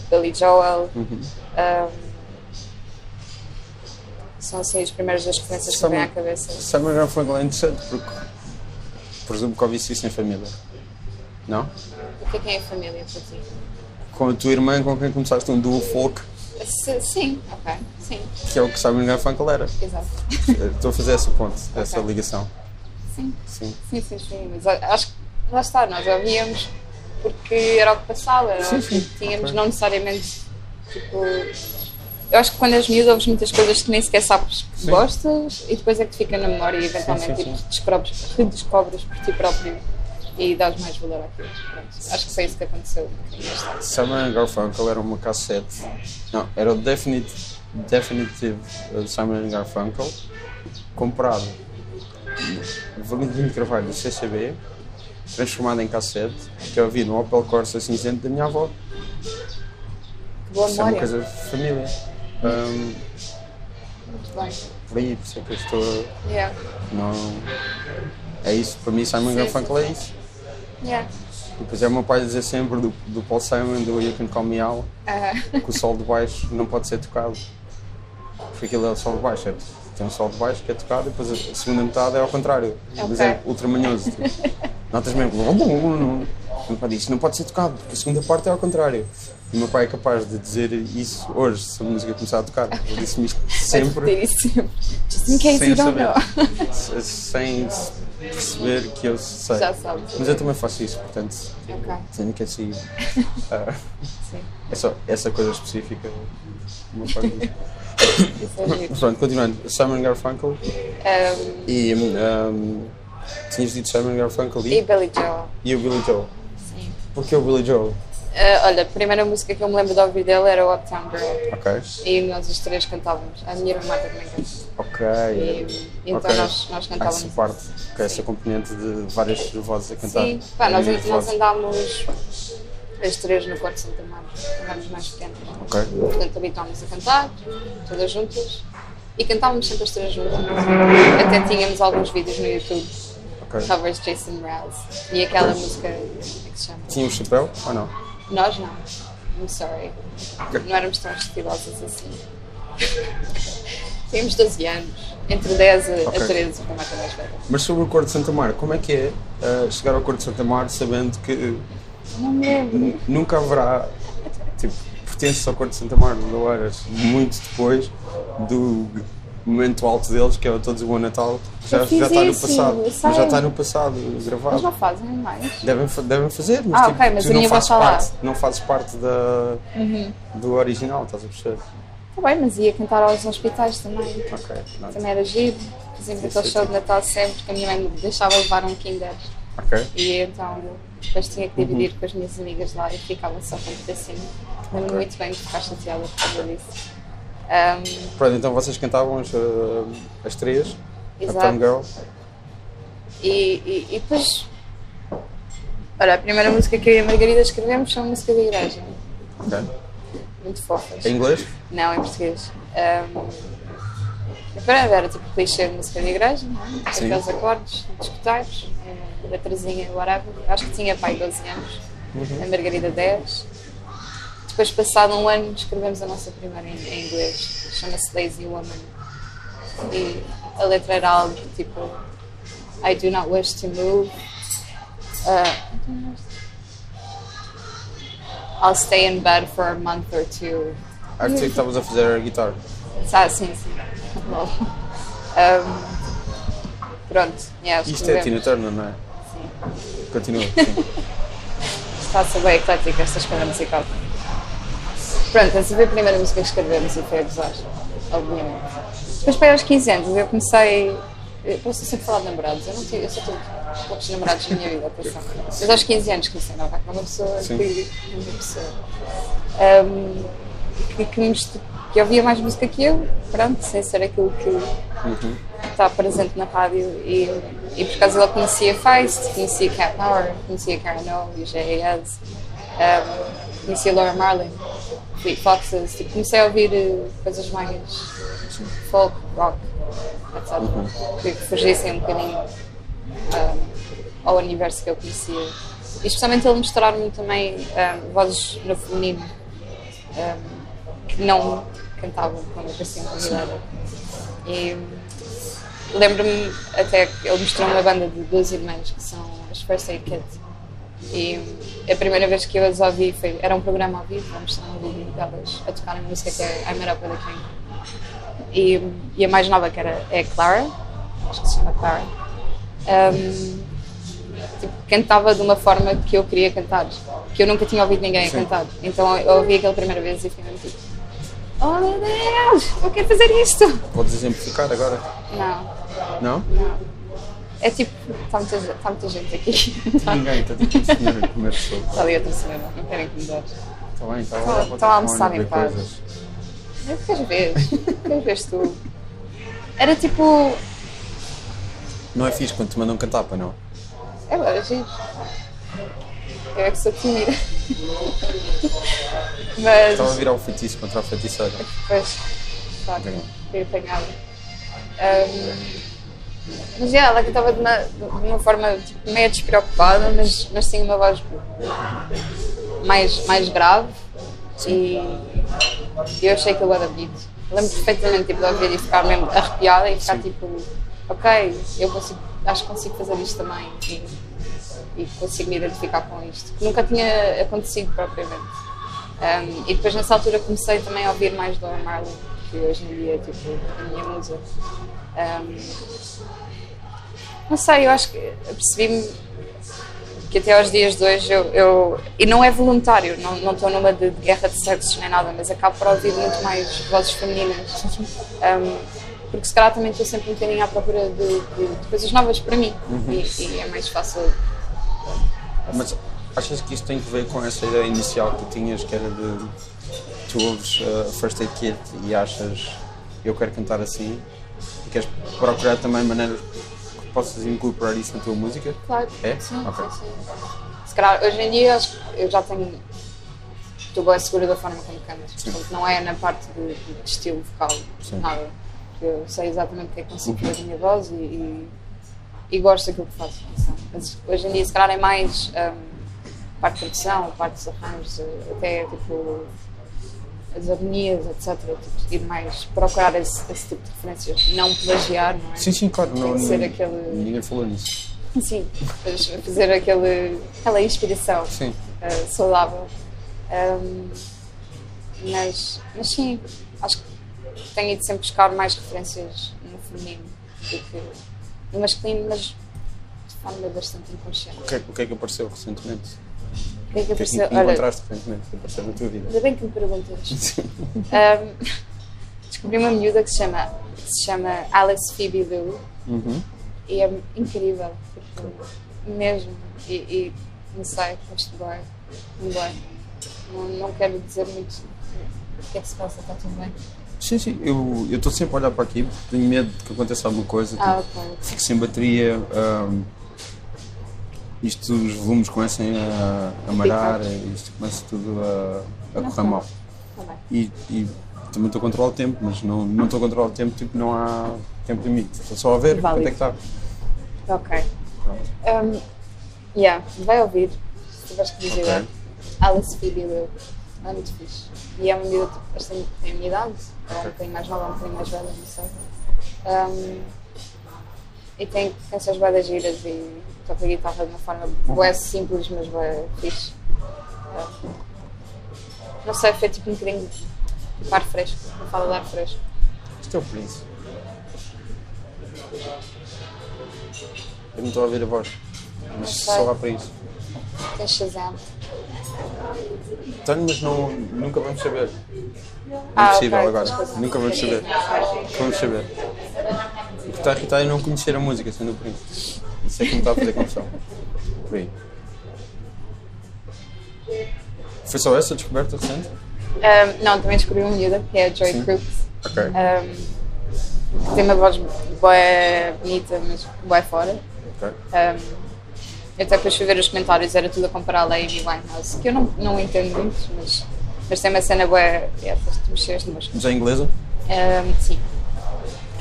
S3: Billy Joel.
S1: Uhum.
S3: ahm, são assim as primeiras das referências que me vêm à cabeça.
S1: Summer Girl foi interessante porque presumo que ouviste isso em família. Não?
S3: O que é que é a família para ti?
S1: Com a tua irmã com quem começaste um duo folk,
S3: Se- sim, ok, sim,
S1: que é o que Simon Garfunkel era.
S3: exato.
S1: Estou a fazer essa ponte, essa ligação.
S3: Sim,
S1: Sim.
S3: sim, sim, sim. Mas a- acho que lá está, nós ouvíamos porque era o que passava, era
S1: Sim,
S3: o que
S1: sim.
S3: tínhamos,
S1: Ok.
S3: não necessariamente tipo. Eu acho que quando és miúdo ouves muitas coisas que nem sequer sabes que
S1: Sim.
S3: gostas e depois é que te fica na memória e eventualmente
S1: sim,
S3: tipo,
S1: sim.
S3: Descobres, redescobres por ti próprio e dás mais valor àquilo. Pronto. Acho que foi isso que aconteceu.
S1: Summer and Garfunkel era uma cassete. Não, era o Definite, Definitive uh, Summer and Garfunkel, comprado no Valentino Carvalho do CCB, transformado em cassete, que eu vi no Opel Corsa cinzento da minha avó.
S3: Que boa
S1: Isso é uma
S3: memória.
S1: coisa de família. Ahm,
S3: Muito bem.
S1: por aí, por isso é que eu estou.
S3: Yeah.
S1: Não. É isso, para mim Simon
S3: Sim,
S1: Garfunkel
S3: sim,
S1: é isso.
S3: Yeah.
S1: E depois é o meu pai dizer sempre do, do Paul Simon, do You Can Call Me Out,
S3: Ah,
S1: que o sol de baixo não pode ser tocado. Porque aquilo é o sol de baixo, é, tem um sol de baixo que é tocado e depois a segunda metade é ao contrário. Mas é
S3: Ok.
S1: ultramanhoso. tipo. Notas mesmo. blum, blum, blum, blum. O meu pai disse, não pode ser tocado, porque a segunda parte é ao contrário. E o meu pai é capaz de dizer isso hoje, se a música começar a tocar. Ele disse-me isto sempre.
S3: repetir isso sempre. Just in case
S1: sem eu
S3: you don't
S1: saber.
S3: know.
S1: Se- Sem se perceber que eu sei.
S3: Já sabes.
S1: Mas eu também faço isso, portanto,
S3: Ok,
S1: tenho que assim. ah,
S3: sim.
S1: é só essa coisa específica. Uma coisa.
S3: Isso é giro.
S1: Mas pronto, continuando. Simon Garfunkel
S3: Um,
S1: e. Um, tinhas dito Simon Garfunkel
S3: e
S1: e,
S3: Billy Joel.
S1: e o Billy Joel.
S3: Sim.
S1: Porquê o Billy Joel?
S3: Ah, olha, a primeira música que eu me lembro de ouvir dele era o Uptown Girl.
S1: Ok.
S3: E nós os três cantávamos. A minha irmã também canta.
S1: Ok.
S3: E, e então
S1: Ok.
S3: nós, nós
S1: Há essa
S3: cantávamos.
S1: parte, que é essa componente de várias vozes a cantar.
S3: Sim, pá, nós,
S1: Várias
S3: nós
S1: vozes.
S3: andámos as três no quarto de Santa Maria. Andámos mais pequenas.
S1: Ok.
S3: Portanto, habituámos a cantar, todas juntas, e cantávamos sempre as três juntas. Até tínhamos alguns vídeos no YouTube,
S1: Ok.
S3: covers de Jason Mraz, e aquela música, como é que se chama?
S1: Tinha um chapéu ou não?
S3: Nós não, I'm sorry, não éramos tão estilosas assim. Tínhamos 12 anos, entre 10 a,
S1: Ok. Ah.
S3: a 13, para a marca mais velha.
S1: Mas sobre o Corpo de Santa Mar, como é que é ah, chegar ao Corpo de Santa Mar sabendo que
S3: Não me lembro.
S1: N- Nunca haverá, tipo, pertence ao Corte de Santa Marta de Oeiras, muito depois do momento alto deles, que é o Todos o Bom Natal, já,
S3: Eu fiz
S1: já está no
S3: isso,
S1: passado,
S3: eu
S1: mas já está
S3: sei.
S1: no passado
S3: Eles não
S1: gravado.
S3: fazem mais.
S1: Devem, fa- devem fazer, mas,
S3: Ah,
S1: tipo,
S3: ok, mas
S1: tu
S3: a
S1: não
S3: minha
S1: fazes
S3: voz está lá.
S1: parte, não fazes parte da,
S3: Uhum.
S1: do original, estás a perceber?
S3: Está Tá bem, mas ia cantar aos hospitais também.
S1: Ok, não,
S3: Também era giro. Fazíamos aquele show de Natal sempre, que a minha mãe me deixava levar um Kinder.
S1: ok.
S3: E então depois tinha
S1: Uhum.
S3: que dividir com as minhas amigas lá e ficava só com um pedacinho. Lembro-me
S1: Ok.
S3: muito bem de ficar chateada por causa disso. Um,
S1: Pronto, então vocês cantavam as, ah, as três, a
S3: exato.
S1: Tom Girl,
S3: E, e, e depois. Olha, a primeira música que eu e a Margarida escrevemos chama música da igreja.
S1: ok.
S3: Muito fofas.
S1: em inglês,
S3: Não, em português. Um, a primeira era tipo clichê de música de igreja, não é?
S1: Sim.
S3: aqueles acordes, discutais, eh, a letrazinha, whatever. Acho que tinha pai 12 anos, a Margarida 10. Depois, passado um ano, escrevemos a nossa primeira em, em inglês, chama-se Lazy Woman. E a letra era algo tipo I do not wish to move. Uh, I'll stay in bed for a month or two.
S1: acho que estavas a fazer a guitarra.
S3: Ah, sim, sim. Lol. Um, pronto, yeah,
S1: Isto é Tina
S3: escrevemos.
S1: Turner, não é?
S3: Sim.
S1: Continua. sim. tipo-
S3: Está a ser bem eclética esta escolha musical. Pronto, essa foi a primeira música que escrevemos e foi a gozar, obviamente. Depois, para aí aos 15 anos, eu comecei. Eu posso sempre falar de namorados, eu, não tive, eu só tive poucos namorados na minha vida, atenção. Mas aos 15 anos comecei a namorar com uma pessoa
S1: Sim.
S3: que. Uma pessoa. um, que, que, me estu- que ouvia mais música que eu, pronto, sem ser aquilo que
S1: Uhum.
S3: está tá presente na rádio e, e por causa dele conhecia Feist, conhecia Cat Power, conhecia Karen O e os GAS, um, conhecia Laura Marlin, Fleet Foxes, tipo, comecei a ouvir eh, coisas mais folk, rock, etc. Que fugissem um bocadinho um, ao universo que eu conhecia. E especialmente ele mostrar-me também um, vozes no feminino um, que não cantavam quando eu parecia convidada. E lembro-me até que ele mostrou uma banda de duas irmãs que são as First Aid Kids e hum, a primeira vez que eu as ouvi foi, era um programa ao vivo, eles mostraram um vídeo delas a tocarem a música que é I'm Not Up With A King e, e a mais nova que era é a Clara acho que se chama Clara ahm, tipo, cantava de uma forma que eu queria cantar, que eu nunca tinha ouvido ninguém a
S1: Sim.
S3: cantar. Então eu ouvi aquela primeira vez e fiquei mesmo tipo: Oh meu Deus, eu quero fazer isto!
S1: Podes exemplificar agora?
S3: Não,
S1: Não?
S3: não. É tipo, está muita, ge- tá muita gente aqui. Tá-
S1: Ninguém, está tipo a senhora a comer sopa.
S3: Está ali outra senhora, não querem incomodar.
S1: Está bem, está
S3: Tá-
S1: lá.
S3: tá a almoçar em paz. É que queres ver? Queres ver tu? Era tipo.
S1: Não é fixe quando te mandam cantar, para não?
S3: É bom, é giro. Eu é que sou tímida. Mas.
S1: Estava a virar o feitiço contra a feiticeira.
S3: Pois. Claro, fui apanhada. Ahm, mas yeah, ela cantava de uma, de uma forma tipo, meio despreocupada, mas, mas tinha uma voz mais, mais grave. E eu achei que era bonito. Lembro perfeitamente tipo, de ouvir e ficar mesmo arrepiada e ficar tipo, ok, eu consigo, acho que consigo fazer isto também e, e consigo me identificar com isto. que Nunca tinha acontecido propriamente. Um, e depois nessa altura comecei também a ouvir mais Dora Marley, que hoje em dia é tipo a minha musa. Um, não sei, eu acho que percebi-me que até aos dias de hoje eu, eu- e não é voluntário, não não estou numa de, de guerra de sexos nem nada, mas acabo por ouvir muito mais vozes femininas. Um, porque se calhar também estou sempre um bocadinho à procura de, de- de coisas novas para mim e, e é mais fácil.
S1: Mas achas que isso tem que ver com essa ideia inicial que tinhas, que era de tu ouves a First Aid Kit e achas eu quero cantar assim e queres procurar também maneiras que possas incorporar isso na tua música?
S3: Claro.
S1: É?
S3: Sim,
S1: Ok.
S3: sim, sim. Se calhar, hoje em dia acho que eu já tenho. Estou bem segura da forma como canto. Portanto, não é na parte de, de estilo vocal,
S1: Sim. Uhum.
S3: nada. Eu sei exatamente o que é que consigo fazer da minha voz e, e, e gosto daquilo que faço. Então, Mas hoje em dia, se calhar, é mais hum, parte de produção, parte dos arranjos, até tipo as harmonias, etc. Tipo, ir mais procurar esse, esse tipo de referências, não plagiar, não é?
S1: Sim, sim, claro. Não,
S3: que ser
S1: não-
S3: aquele-
S1: Ninguém falou nisso.
S3: Sim, mas fazer aquele, aquela inspiração
S1: Sim.
S3: eh, saudável. Ahm, mas, mas sim, acho que tenho ido sempre buscar mais referências no feminino do que no masculino, mas de forma bastante inconsciente.
S1: O que, é, o que é que apareceu recentemente?
S3: O que é que
S1: O que é que
S3: apareceu? Olha,
S1: encontraste recentemente? que apareceu na tua vida?
S3: ainda bem que me perguntas.
S1: Sim.
S3: Ahm, descobri uma miúda que se chama, que se chama Alice Phoebe Lou.
S1: Uhum.
S3: e é incrível, tipo, mesmo. E, e não sei, gosto bem, muito bem. Não, não quero dizer muito o que é que se passa, está tudo bem.
S1: Sim, sim. Eu estou sempre a olhar para aqui porque tenho medo que aconteça alguma coisa.
S3: Ah,
S1: tipo,
S3: ok.
S1: fico sem bateria, ahm, isto os volumes começam a, a marar, isto começa tudo a, a correr
S3: Uhum.
S1: mal.
S3: Está bem.
S1: E, e também estou a controlar o tempo, mas não não estou a controlar o tempo, tipo, não há tempo limite. Estou só a ver
S3: Válido.
S1: quanto é que está.
S3: Ok.
S1: Pronto.
S3: Um, yeah, vai ouvir, se tiveres que dizer.
S1: Ok.
S3: Alice Phoebe Lou. Ela é muito fixe. E é uma miúda tipo, bastante tem a minha idade, ou um bocadinho mais nova, ou um bocadinho mais velha, não sei. Um, e tem canções bué das giras e toca guitarra de uma forma bué simples, mas bué fixe. Um, não sei, foi tipo um bocadinho de ar fresco, não falo de ar fresco.
S1: Isto é o príncipe. Eu não estou a ouvir a voz, mas só há para isso.
S3: Tem Shazam.
S1: Tenho, mas não, nunca vamos saber.
S3: Ah,
S1: Impossível
S3: ok,
S1: agora.
S3: tens razão.
S1: Nunca vamos saber. Nunca Vamos saber. O que está a irritar é não conhecer a música, sendo o primo. Isso é que me está a fazer confusão. Por aí. Foi só essa a descoberta recente?
S3: Um, não, também descobri uma miúda que é a Joy
S1: Sim.
S3: Crooks.
S1: Ok.
S3: Um, tem uma voz bué bonita, mas bué fora.
S1: Ok.
S3: Um, eu até depois fui ver os comentários, era tudo a compará-la a Amy Winehouse, que eu não, não entendo muito, mas, mas tem uma cena bué, é, tens de mexer as duas.
S1: Mas é inglesa?
S3: Um, sim.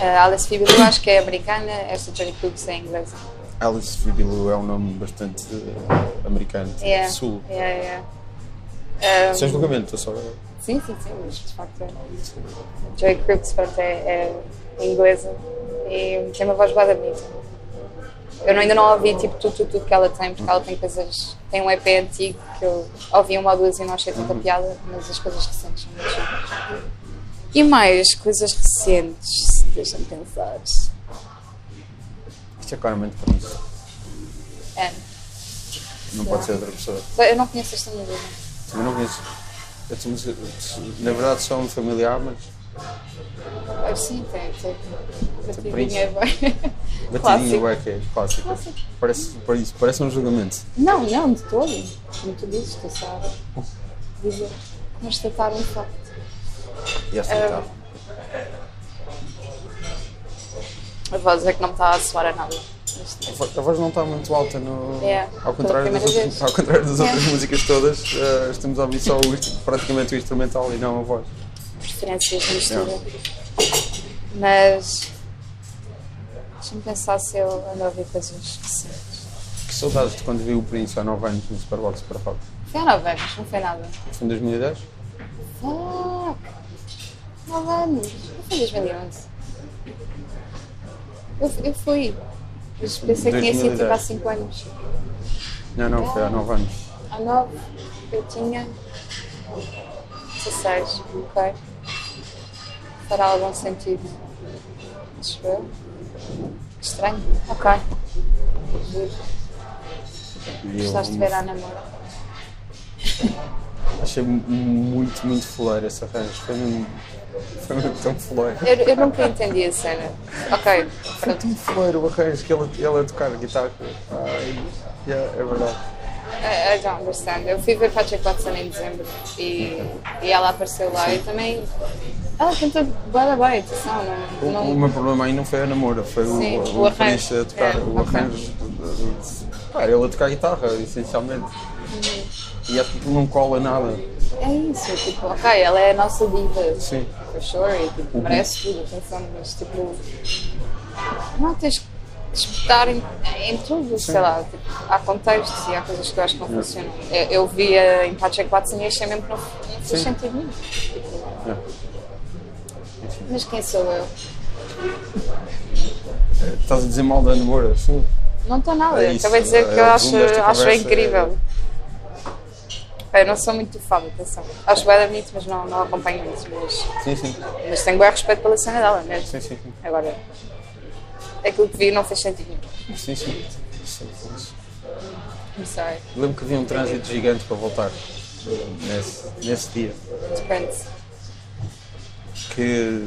S3: A Alice Phoebe eu acho que é americana, esta Johnny Cooks é inglesa.
S1: Alice Fibilu é um nome bastante eh, americano. tipo,
S3: É,
S1: Sul.
S3: é, é. Um,
S1: Sem julgamento, estou só.
S3: Sim, sim, sim, mas de facto é. Joy Crooks, pronto, é, é inglesa e tem uma voz bada bonita. Eu não- ainda não ouvi tipo tudo, tudo, tudo que ela tem, porque ela tem coisas. Tem um EP antigo que eu ouvi uma ou duas e não achei tanta piada, mas as coisas recentes são muito chiques. E mais coisas recentes, deixa-me pensar.
S1: Isto ser claramente Pronto.
S3: É.
S1: Não pode ser outra pessoa.
S3: Só- Eu não conheço esta música.
S1: Também não conheço. Esta música, na verdade, só um familiar, mas
S3: Ah, Sim, tem. tem. Batidinha
S1: príncipe.
S3: vai.
S1: batidinha
S3: Clássico.
S1: bué que é clássica.
S3: Clássico.
S1: Parece, parece, parece um julgamento.
S3: Não, não, de todo. Como tu dizes, tu sabes. Dizer, constatar um facto.
S1: E é esta
S3: Ah.
S1: guitarra.
S3: A voz é que não me está a soar a nada. neste
S1: A
S3: momento.
S1: vo- A voz não está muito alta, no...
S3: É,
S1: ao, contrário
S3: pela
S1: das
S3: primeira
S1: outras,
S3: vez.
S1: ao contrário das
S3: É.
S1: outras músicas todas, eh, estamos a ouvir só o instru- praticamente o instrumental e não a voz.
S3: Preferências de mistura. Mas. Deixa-me pensar se eu ando a ouvir coisas recentes.
S1: Que saudades de quando vi o Prince há 9 anos no Superbox para Fox.
S3: Foi há nove anos, não foi nada.
S1: Foi em 2010?
S3: Fuck! Nove anos! Não foi 2011. Eu, eu fui. Mas pensei que tinha sido tipo há
S1: 2010.
S3: cinco anos.
S1: Não, não, foi há 9 anos.
S3: Há nove, eu tinha 16, ok? Fará algum sentido. Acho eu. Estranho, ok. Giro.
S1: E eu
S3: Gostaste de ver a namora?
S1: achei mu- muito, muito fuleiro esse arranjo. Foi mesmo, foi mesmo tão fuleiro.
S3: Eu, eu nunca entendi a cena. Ok,
S1: Foi
S3: pronto.
S1: É tão fuleiro o arranjo que ele, ele a tocar guitarra. Ai, yeah, é verdade.
S3: I, I don't understand. Eu fui ver Patrick Watson em dezembro e, e ela apareceu lá e também. Ela cantou bada bem, atenção,
S1: O,
S3: não. é? não...
S1: o meu problema aí não foi a namora, foi o,
S3: Sim,
S1: o,
S3: o
S1: o
S3: arranjo.
S1: Prince a tocar
S3: É,
S1: o
S3: ok.
S1: arranjo. de- de- de- Pá, ele a tocar guitarra, essencialmente.
S3: Uhum.
S1: E acho que não cola nada.
S3: É isso, tipo, ok, ela é a nossa diva.
S1: Sim.
S3: for sure, e
S1: Uhum.
S3: tipo, merece tudo, atenção, mas tipo, não tens que espetar em, em tudo, sei lá, tipo, há contextos e há coisas que eu acho que não funcionam. Eu, eu via em Patrick Watson e achei é mesmo que não, não fez
S1: Sim.
S3: sentido nenhum. Tipo, mas quem sou eu?
S1: Estás a dizer mal da namora? Sim.
S3: Não estou nada,
S1: É isso,
S3: acabei de dizer
S1: é
S3: que eu
S1: o
S3: acho,
S1: resumo desta
S3: acho
S1: conversa,
S3: incrível. Eu não sou muito fã, atenção. Acho bem bonito, mas não, não acompanho isso. Mas,
S1: Sim, sim.
S3: mas tenho bem respeito pela cena dela mesmo.
S1: Sim, sim. sim.
S3: Agora, aquilo que vi não fez sentido nenhum.
S1: sim, sim. Sim, sim.
S3: I'm sorry.
S1: Lembro que havia um trânsito gigante para voltar nesse, nesse dia.
S3: Depende.
S1: Que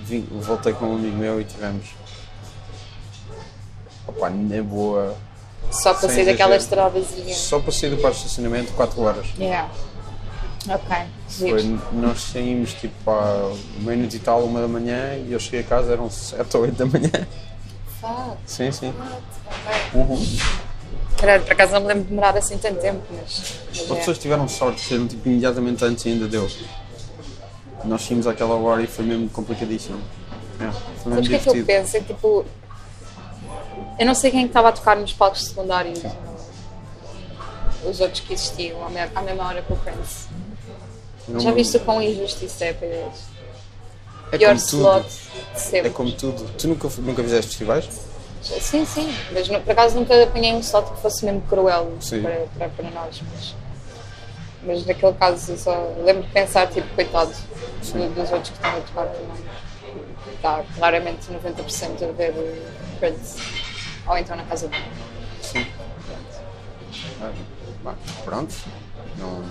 S1: vim- voltei com um amigo meu e tivemos. Opa, é boa.
S3: Só para
S1: Sem
S3: sair daquela
S1: exagero.
S3: estradazinha.
S1: Só para sair do parque de estacionamento, 4 horas.
S3: Yeah. Ok. Giro.
S1: Foi, nós saímos tipo à meia-noite e tal, uma da manhã, e eu cheguei a casa, eram 7 ou 8 da manhã.
S3: Fuck.
S1: Sim, sim.
S3: Ok.
S1: Uhum.
S3: Caralho, por acaso não me lembro de demorar assim tanto tempo, mas. mas
S1: As
S3: é.
S1: pessoas tiveram sorte, saíram tipo imediatamente antes e ainda deu. Nós saímos àquela hora e foi mesmo complicadíssimo. É, foi mesmo
S3: Sabes o que é que eu
S1: divertido.
S3: penso? É tipo. Eu não sei quem é estava a tocar nos palcos secundários. Os outros que existiam à me- à mesma hora que o Prince.
S1: Não-
S3: Já viste o quão injusto isso é para eles?
S1: é
S3: Pior
S1: como tudo.
S3: slot de sempre.
S1: É como tudo. Tu nunca, nunca fizeste festivais?
S3: Sim, sim, mas no- por acaso nunca apanhei um slot que fosse mesmo cruel
S1: Sim.
S3: para, para, para nós. Mas, mas naquele caso eu só lembro de pensar, tipo, coitado do- dos outros que estão a tocar também. Está claramente 90% a ver o Prince. Ou então na casa dele.
S1: Sim. Ah, bah, pronto. Não,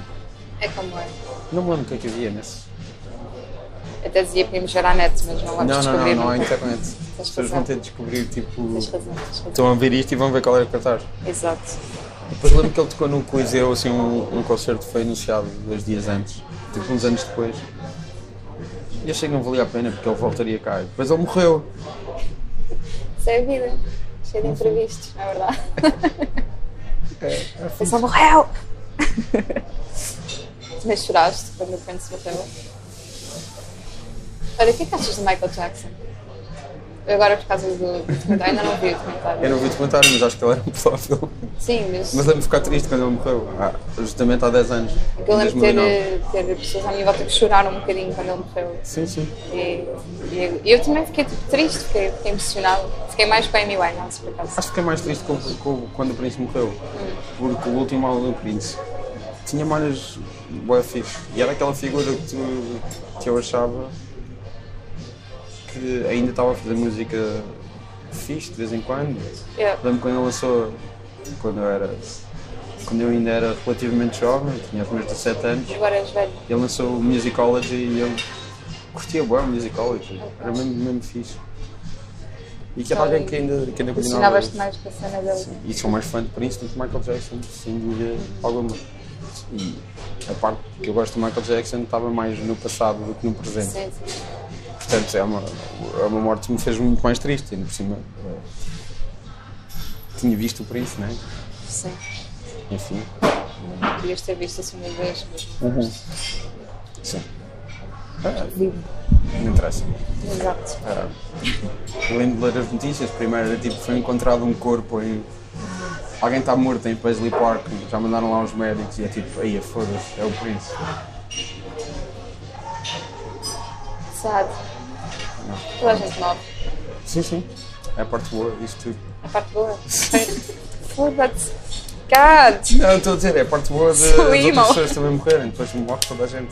S3: É como é.
S1: não me lembro o que é que havia nesse.
S3: Até dizia que íamos ver à net, mas não vamos
S1: Não, não,
S3: descobrir.
S1: não, não há
S3: nunca.
S1: internet. As pessoas
S3: razão.
S1: vão ter de descobrir tipo.
S3: Tens razão, tens razão.
S1: Estão a ver isto e vão ver qual era o cartaz.
S3: Exato.
S1: Depois lembro que ele tocou no Coliseu, assim, um, um concerto foi anunciado dois dias antes, tipo uns anos depois. E achei que não valia a pena porque ele voltaria cá. E depois ele morreu.
S3: Isso é a vida. Cheio de imprevistos, na verdade.
S1: É,
S3: Ele só morreu! Mas choraste quando o Prince morreu? Olha, o que é que achas do Michael Jackson? Eu agora, por causa do do documentário, ainda não vi o documentário.
S1: Eu não vi o documentário, mas acho que ele era um pedófilo.
S3: Sim, mas,
S1: Mas lembro-me de ficar triste quando ele morreu, ah, justamente há 10 anos.
S3: é que
S1: em
S3: eu lembro de
S1: 2009.
S3: ter, ter pessoas à minha volta que choraram um bocadinho quando ele morreu.
S1: Sim, sim.
S3: E, e eu, e eu também fiquei tipo, triste, fiquei, fiquei emocionada. Fiquei mais com a Amy Winehouse, por acaso.
S1: Acho que fiquei mais triste com, com- quando o Prince morreu. Porque o último álbum do Prince tinha malhas boa fixe. E era aquela figura que, tu- que eu achava que ainda estava a fazer música fixe de vez em quando.
S3: Yeah.
S1: Lembro quando ele lançou, quando eu era. Quando eu ainda era relativamente jovem, tinha os meus 17 anos,
S3: Agora és velho.
S1: ele lançou o Musicology e eu curtia bem o Musicology, era mesmo, mesmo fixe. E que era alguém que ainda, que ainda continuava.
S3: Apaixonavas-te mais com a cena dele.
S1: Sim, E sou mais fã de Prince do que Michael Jackson, sem dúvida alguma. E a parte que eu gosto do Michael Jackson estava mais no passado do que no presente.
S3: Sim, sim.
S1: Portanto, é uma, é uma morte que me fez muito mais triste, ainda por cima. eh, Tinha visto o Prince, né?
S3: sim.
S1: Enfim.
S3: Devias ter visto a segunda vez, mas
S1: Sim. Ah,
S3: Digo.
S1: não interessa.
S3: Exato.
S1: Ah, eu lembro de ler as notícias. Primeiro era tipo: foi encontrado um corpo em. Alguém está morto em Paisley Park. Já mandaram lá os médicos e é tipo: aí foda-se, é o Prince.
S3: Sad. Toda a gente morre.
S1: Sim, sim. É a parte boa disto tudo.
S3: A parte boa. Foda-se. God!
S1: Não, estou a dizer, é a parte boa de as
S3: Sou
S1: outras
S3: emo.
S1: pessoas também morrerem, depois morre toda a gente.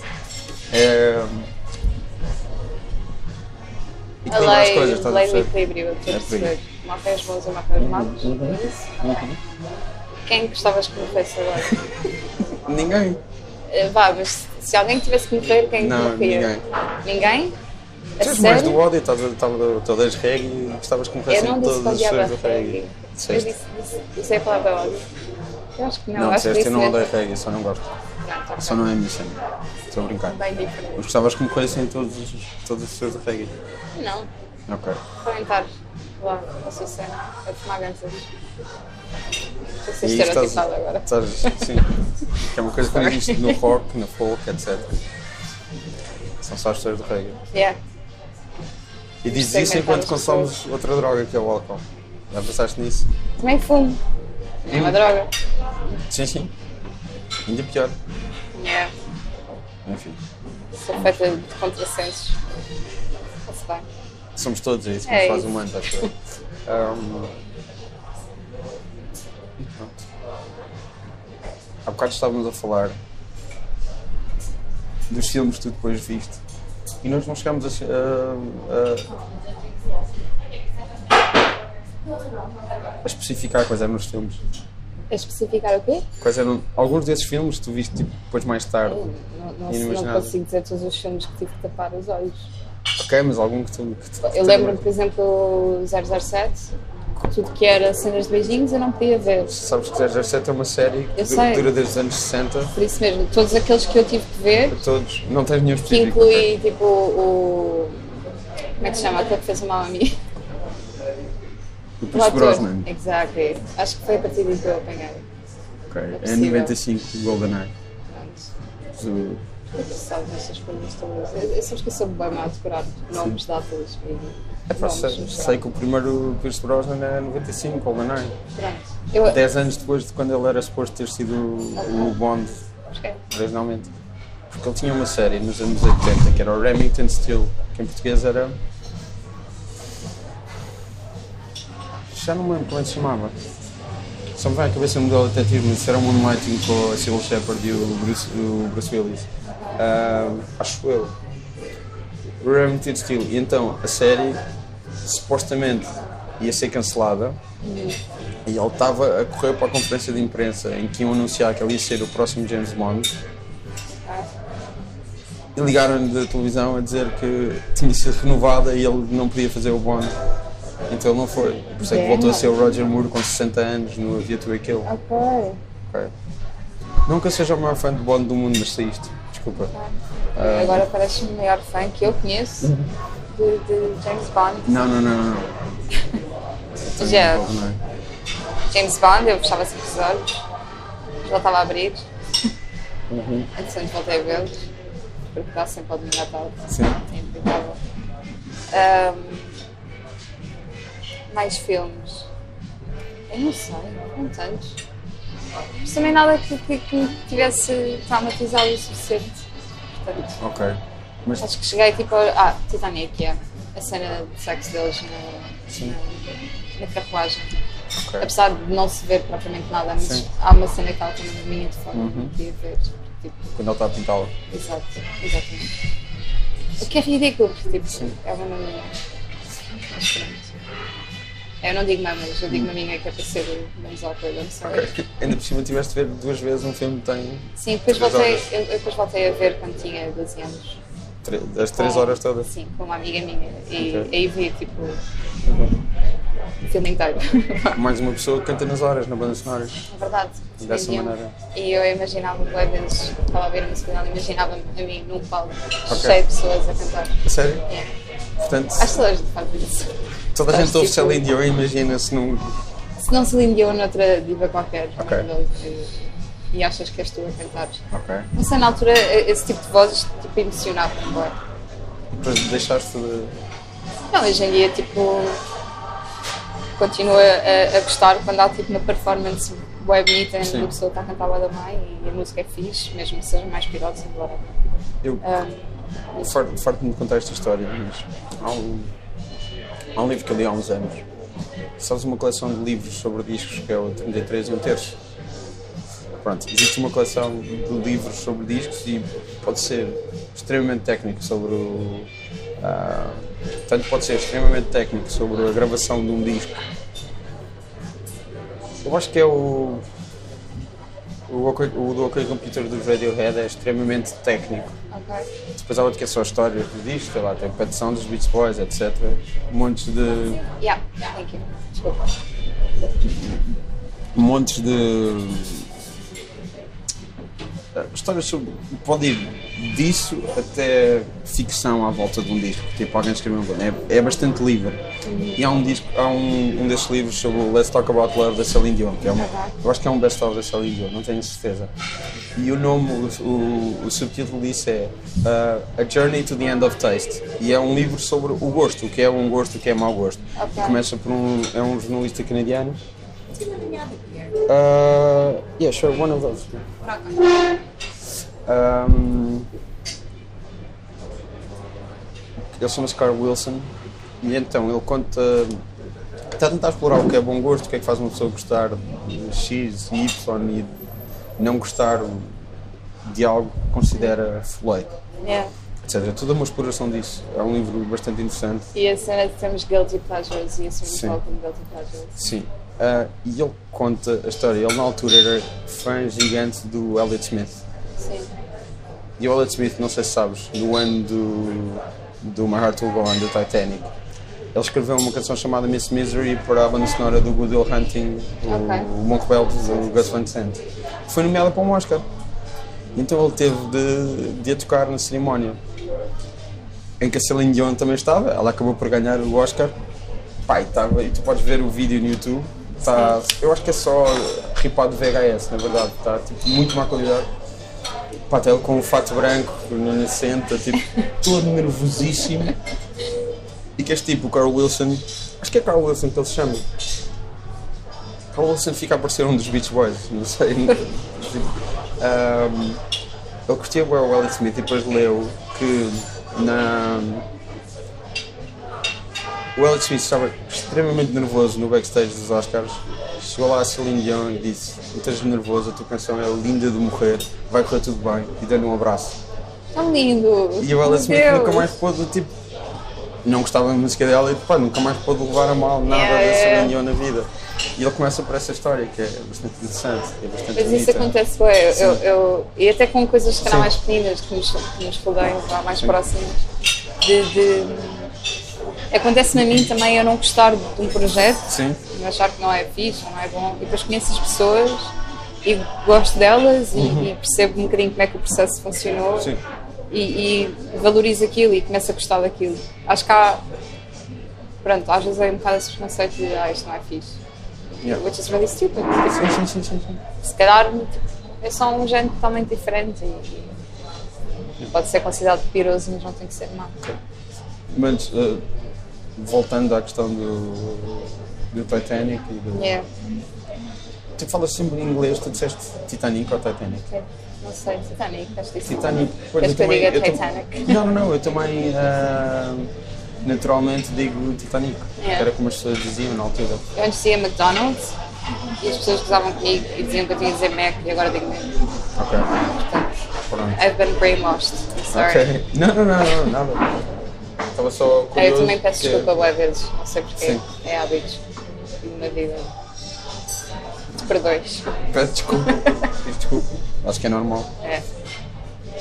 S1: É...
S3: A
S1: Equilibra as
S3: lei,
S1: coisas, estás a
S3: lei do
S1: perceber?
S3: equilíbrio, eu estou a
S1: É por aí. Uhum.
S3: perceber. Morrem os bons e morrem os maus. é isso? Quem gostavas que me fez agora?
S1: Ninguém.
S3: Eh, Vá, mas se alguém tivesse que morrer, quem
S1: Não,
S3: morria?
S1: ninguém.
S3: Ninguém? A
S1: Tu és mais do
S3: sério?
S1: ódio, estás a- estás a- tu odeias reggae e gostavas que
S3: Eu
S1: morressem
S3: não disse
S1: todas
S3: que
S1: as
S3: odiava
S1: pessoas do
S3: reggae.
S1: reggae.
S3: Eu
S1: Disseste?
S3: disse, disse, disse a palavra ódio. Eu acho que não,
S1: Não,
S3: acho que
S1: disseste,
S3: disse
S1: eu não
S3: mesmo. tá
S1: odeio reggae, só não gosto.
S3: Pronto, ok.
S1: Só não é a minha cena. Estou a brincar.
S3: Bem
S1: Mas
S3: diferente.
S1: gostavas que morressem todos, os- todas as pessoas do reggae.
S3: Não,
S1: Ok.
S3: podem estar lá na sua cena, a tomar gansos. é Estou a ser
S1: E aí estás-
S3: estereotipada agora.
S1: Estás, sim, que é uma coisa que não existe no rock, no folk, etc. São só as pessoas do reggae.
S3: Yeah.
S1: E dizes
S3: Sei
S1: isso
S3: bem,
S1: enquanto
S3: várias
S1: consomes outra droga, que é o álcool. Já pensaste nisso?
S3: Também fumo. É uma droga.
S1: Sim, sim. Ainda pior.
S3: Yeah.
S1: Enfim,
S3: Sou feita de contrassensos. Está-se bem.
S1: somos todos, é isso que
S3: É
S1: nos faz
S3: isso.
S1: humanos, acho eu. Um, e pronto. Há bocado estávamos a falar dos filmes que tu depois viste e nós não chegámos a, che- a- a- a especificar quais eram os filmes.
S3: A especificar o quê?
S1: Quais eram alguns desses filmes que tu viste tipo, depois mais tarde.
S3: Não, não, não
S1: Inimaginável.
S3: consigo dizer todos os filmes que tive que tapar os olhos.
S1: Ok, mas algum que tu. Que tu- que
S3: Eu
S1: tu
S3: lembro-me,
S1: lembras?
S3: por exemplo, 007, que tudo que era cenas de beijinhos eu não podia ver.
S1: Sabes que 007 é uma série que
S3: Eu
S1: du-
S3: sei.
S1: dura desde os anos 60
S3: Por isso mesmo, todos aqueles que eu tive que ver,
S1: a todos. Não tens nenhum
S3: que
S1: específico. ok?
S3: inclui tipo o. Como é que se chama? Aquele que fez o mal a mim?
S1: O
S3: O
S1: Pierce
S3: ator.
S1: Brosnan.
S3: Exactly. Acho que foi a partir disso que eu apanhei.
S1: Ok, É
S3: possível.
S1: 95 do GoldenEye.
S3: Pronto.
S1: Do-
S3: Eu precisava dessas coisas todas. Eu, eu sabes que eu sou bem mal a decorar nomes, datas e.
S1: É pá,
S3: nomes,
S1: sei,
S3: no
S1: sei
S3: geral.
S1: que o primeiro Pierce Brosnan é 95, GoldenEye.
S3: Pronto. Eu.
S1: 10 anos depois de quando ele era suposto ter sido o o Bond
S3: Ok.
S1: originalmente. Porque ele tinha uma série nos anos 80 que era o Remington Steel, que em português era. Já não me lembro como é que se chamava. Só me vai à cabeça o modelo detetive, mas isso era um Moonlighting com a Sybil Shepherd e o Bruce, o Bruce Willis. Ah, acho eu. O Remington Steel. E então a série supostamente ia ser cancelada. E ele estava a correr para a conferência de imprensa em que iam anunciar que ele ia ser o próximo James Bond. E ligaram-lhe da televisão a dizer que tinha sido renovada e ele não podia fazer o Bond. Então ele não foi. Por isso é que voltou a ser o Roger Moore com 60 anos no Havia Tu É e Aquele.
S3: Ok.
S1: Ok. Não que eu seja o maior fã de Bond do mundo, mas sei isto. Desculpa.
S3: Agora parece-me o maior fã que eu conheço
S1: Uhum.
S3: de, de James Bond.
S1: Não, não, não, não. não.
S3: Já.
S1: Não é?
S3: James Bond, eu fechava sempre os olhos, voltava a abrir.
S1: Uhum.
S3: Entretanto, É voltei a vê-los, porque dá sempre ao domingo à tarde.
S1: Sim.
S3: É impecável. Ahm, mais filmes? Eu não sei, não tantos. Mas também nada que, que, que me tivesse traumatizado o suficiente. Portanto,
S1: Ok. Mas
S3: Acho que cheguei tipo. ao- Ah, Titanic, é. A cena de sexo deles na, na, na carruagem.
S1: Ok.
S3: Apesar de não se ver propriamente nada, mas
S1: Sim. Uhum.
S3: há uma cena que ela tem uma minha de forma que não podia ver. Tipo,
S1: quando ele está a pintá-la.
S3: exato, exatamente. O que é ridículo, porque tipo, é uma. Mas pronto. Eu não digo mamas, eu digo maminha que é para ser menos awkward, I'm sorry.
S1: Ok. tipo, Ainda por cima tiveste de ver duas vezes um filme que tem
S3: Sim,
S1: Três
S3: depois voltei,
S1: horas.
S3: eu, eu depois voltei a ver quando tinha 12 anos.
S1: tre- as três
S3: Com-
S1: horas todas.
S3: Sim, com uma amiga minha. E
S1: Ok.
S3: aí vi tipo o filme inteiro.
S1: Mais uma pessoa que canta nas horas, na banda sonora.
S3: É verdade.
S1: Dessa
S3: surpreendeu-me.
S1: maneira.
S3: E eu imaginava bué vezes, estava a ver a música dela, imaginava-me a mim num palco
S1: Ok.
S3: cheio de pessoas a cantar.
S1: A Sério?
S3: Yeah.
S1: Portanto,
S3: Acho que hoje fazem isso.
S1: toda a
S3: acho
S1: gente ouve
S3: que-
S1: Celine Dion e imagina-se num.
S3: Se não se lindeou noutra diva qualquer, não
S1: Ok.
S3: é dele que- e achas que és tu a cantar.
S1: Ok.
S3: Não sei, na altura, esse tipo de vozes tipo, emocionava-me bué.
S1: Depois deixaste de.
S3: Não, hoje em dia, tipo, continuo a, a gostar quando há tipo uma performance web bonita em que
S1: Sim.
S3: uma pessoa está a cantar bué da bem e a música é fixe, mesmo que seja mais pirosa, embora. Ah,
S1: Eu eu farto farto me de contar esta história, mas há um, há um livro que eu li há uns anos. Sabes uma coleção de livros sobre discos que é o 33 e um terço? Pronto, existe uma coleção de livros sobre discos e pode ser extremamente técnico sobre o. ah, tanto pode ser extremamente técnico sobre a gravação de um disco. Eu acho que é o. O, OK o do OK Computer do Radiohead é extremamente técnico.
S3: Ok.
S1: Depois há outro que é só histórias do disco, sei lá, tem petição dos Beach Boys, etc. Montes de.
S3: Yeah, thank you. Desculpa.
S1: Montes de. eh, Histórias sobre. Pode ir disso até ficção à volta de um disco. Tipo, alguém escreveu um livro. É, é bastante livre. E há um disco, há um, um desses livros sobre o Let's Talk About Love da Celine Dion, que é uma, eu acho que é um best-of da Celine Dion, não tenho certeza. E o nome, o, o, o subtítulo disso é uh, A Journey to the End of Taste. E é um livro sobre o gosto, o que é um gosto, o que é mau gosto.
S3: Ok.
S1: E começa por um, é um jornalista canadiano. Uh, yeah, sure, one of those. Um, ele chama-se Carl Wilson e então ele conta. Está a tentar explorar o que é bom gosto, o que é que faz uma pessoa gostar de X e Y e não gostar de algo que considera foleiro,
S3: Yeah.
S1: etc. É toda uma exploração disso. É um livro bastante interessante.
S3: E a cena de termos guilty pleasures e assumimos
S1: Sim.
S3: logo como guilty pleasures.
S1: Sim. Ah, e ele conta a história. Ele na altura era fã gigante do Elliot Smith.
S3: Sim.
S1: E o Elliot Smith, não sei se sabes, no ano do, do My Heart Will Go On, do Titanic, ele escreveu uma canção chamada Miss Misery para a banda sonora do Good Will Hunting, do
S3: Ok.
S1: Bom Rebelde, do Gus Van Sant. Foi nomeada para um Oscar. Então ele teve de, de a tocar na cerimónia. Em que a Celine Dion também estava, ela acabou por ganhar o Oscar. Pai, estava, e tu podes ver o vídeo no YouTube. Tá, eu acho que é só ripado VHS, na verdade. Está tipo, muito má qualidade. Pá, tá ele com um fato branco, não lhe senta, tipo, todo nervosíssimo. E que este tipo, o Carl Wilson, acho que é Carl Wilson que ele se chama. Carl Wilson fica a parecer um dos Beach Boys, não sei. Ahm, ele curtia bué o Elliot Smith e depois leu que na. O Elliot Smith estava extremamente nervoso no backstage dos Oscars. Chegou lá a Celine Dion e disse: Não estás nervoso, a tua canção é linda de morrer, vai correr tudo bem, e dando um abraço.
S3: Tão lindo!
S1: E o Ella
S3: Meu
S1: Smith
S3: Deus.
S1: nunca mais pôde, tipo, não gostava da música dela e pá, nunca mais pôde levar a mal nada
S3: Yeah,
S1: da
S3: yeah.
S1: Celine Dion na vida. E ele começa por essa história que é bastante interessante, é bastante
S3: Mas isso
S1: bonita.
S3: acontece, bué, eu, eu, eu- e até com coisas que eram
S1: Sim.
S3: mais pequeninas, que nos, que nos foguem lá mais próximas. De, de- Acontece-me a mim também eu não gostar de um projeto,
S1: Sim,
S3: eu achar que não é fixe, ou não é bom, e depois conheço as pessoas e gosto delas e, e percebo um bocadinho como é que o processo funcionou
S1: Uhum. Sim.
S3: e, e valorizo aquilo e começo a gostar daquilo. Acho que há, pronto, às vezes é um bocado esse preconceito de ah, isto não é fixe,
S1: yeah.
S3: which is really stupid.
S1: sim, sim, sim, sim, sim.
S3: se calhar tipo, é só um género totalmente diferente e, e pode ser considerado piroso, mas não tem que ser mau.
S1: Mas eh, voltando à questão do, do Titanic e do.
S3: Yeah,
S1: Tu falas sempre em inglês, tu disseste Titanic ou Titanic?
S3: ok. é, Não sei, Titanic, acho que é isso-
S1: Titanic. pois,
S3: Queres que eu
S1: também-
S3: diga
S1: tam-
S3: Titanic?
S1: Não, não, não, eu também ah, naturalmente digo Titanic.
S3: É.
S1: Era como as pessoas diziam na altura.
S3: Eu antes dizia McDonald's e as pessoas gozavam comigo e diziam que eu tinha de dizer Mac e agora digo Mac.
S1: Ok,
S3: Portanto,
S1: pronto.
S3: I've been brainwashed, I'm sorry.
S1: Ok. Não, não, não, não, nada. Estava só curioso.
S3: Ah, Eu também peço
S1: porque-
S3: desculpa boas vezes, não sei porquê,
S1: Sim.
S3: é hábitos. e uma vida de perdões.
S1: Peço desculpa. Peço desculpa. Acho que é normal.
S3: É.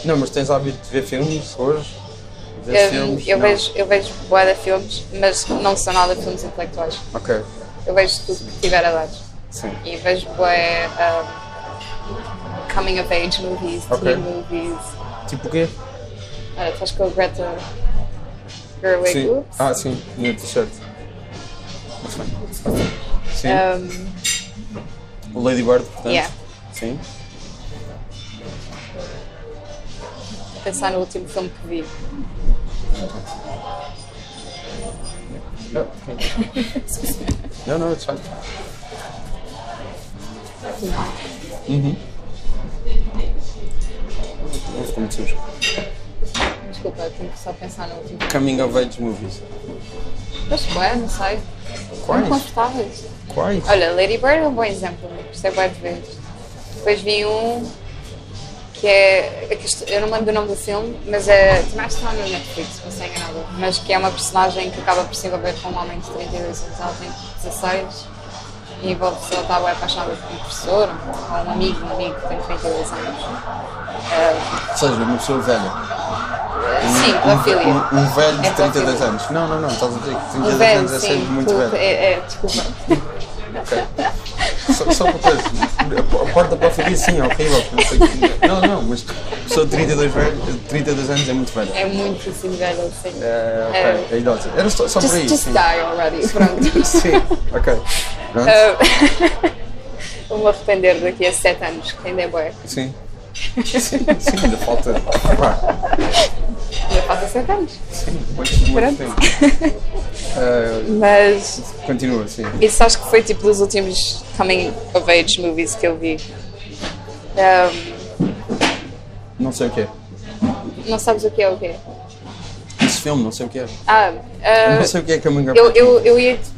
S1: Não, mas tens hábito de ver filmes hoje? Ver
S3: Eu,
S1: filmes?
S3: eu
S1: Não.
S3: vejo, eu vejo boa de filmes, mas não são nada filmes intelectuais.
S1: Ok,
S3: Eu vejo tudo que tiver a dar.
S1: sim.
S3: E vejo boé coming of age movies,
S1: Ok.
S3: teen movies. Ah,
S1: Tipo o quê?
S3: Olha, estás com a Greta Gerwig.
S1: sim.
S3: Oops.
S1: Ah, sim, no t-shirt. Mas bem. Sim.
S3: Um,
S1: O Lady Bird, portanto.
S3: yeah.
S1: Sim.
S3: Vou Pensar no último filme que vi.
S1: Ah, ok. não, não, it's fine. Uhum. Não ficou muito sujo.
S3: Desculpa, tenho que só pensar no último.
S1: Coming of Age Movies.
S3: Mas boé, não sei. Não
S1: Quais?
S3: confortáveis.
S1: Quais?
S3: Olha, Lady Bird é um bom exemplo, gostei bem de ver. Depois vi um que é. é que isto- Eu não lembro o nome do filme, mas é. Também acho que está no Netflix, não sei enganado. Mas que é uma personagem que acaba por se envolver com um homem de 32 anos, ela tem 16 e envolve-se, ela está bem apaixonada por um professor, ou um amigo, um amigo que tem 32 anos. Ah,
S1: Ou seja, uma pessoa velha.
S3: sim, pedofilia.
S1: Um, um velho
S3: É
S1: de 32
S3: pedofilia.
S1: anos. Não, não, não. Estás a dizer que
S3: Um
S1: 32
S3: velho,
S1: anos é
S3: sim.
S1: sempre muito
S3: tu-
S1: velho.
S3: é, é, desculpa.
S1: Só, só uma coisa. A porta para ficar assim é horrível. porque não sei o quê. Não, não, mas pessoa de 32, velho, 32 anos é muito velha.
S3: É muito assim, velho, assim.
S1: É, ok, é idosa. Era só, só por
S3: Just,
S1: aí.
S3: just
S1: sim.
S3: die already, pronto.
S1: Sim, ok. Pronto,
S3: Uh, Ah, Vou-me arrepender daqui a 7 anos, que ainda é boa.
S1: sim. Sim, sim, ainda falta. Pá,
S3: Ainda falta 7 anos.
S1: sim, muito, muito tempo. Ah,
S3: Mas
S1: continua, sim.
S3: isso acho que foi tipo dos últimos coming of age movies que eu vi. Ah, Ahm,
S1: Não sei o que é.
S3: não sabes o que é o quê?
S1: Esse filme, não sei o que é.
S3: Ah, ah,
S1: não sei o que é que a manga.
S3: eu, eu, eu ia te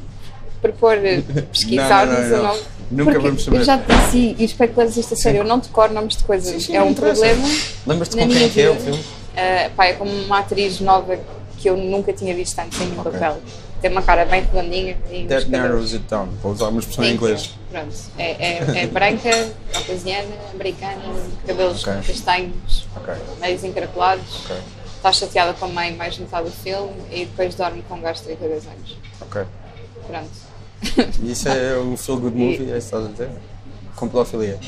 S3: propor eh, pesquisar,
S1: Não, não,
S3: mas
S1: não,
S3: eu
S1: não.
S3: não.
S1: Nunca
S3: Porque
S1: vamos saber.
S3: Eu já te disse, e espero que leves isto a sério, eu não decoro nomes de coisas.
S1: Sim, sim,
S3: é
S1: não
S3: um
S1: interessa.
S3: problema.
S1: Lembras-te
S3: na
S1: com quem
S3: minha
S1: é que é o
S3: vida.
S1: filme?
S3: Uh, pá, é como uma atriz nova que eu nunca tinha visto antes em nenhum papel. Tem uma cara bem redondinha e uns
S1: That
S3: cabelos-
S1: Narrows It Down. Vou usar uma expressão em
S3: Sim,
S1: inglês.
S3: sim. Pronto. É, é, é branca, caucasiana, americana, cabelos
S1: Ok.
S3: castanhos,
S1: Ok,
S3: meios encaracolados.
S1: ok,
S3: Está chateada com a mãe mais metade do filme e depois dorme com um gajo de 32 anos.
S1: ok.
S3: Pronto.
S1: E Isso é
S3: Ah.
S1: um feel good movie, é isso que estás a dizer? Com pedofilia.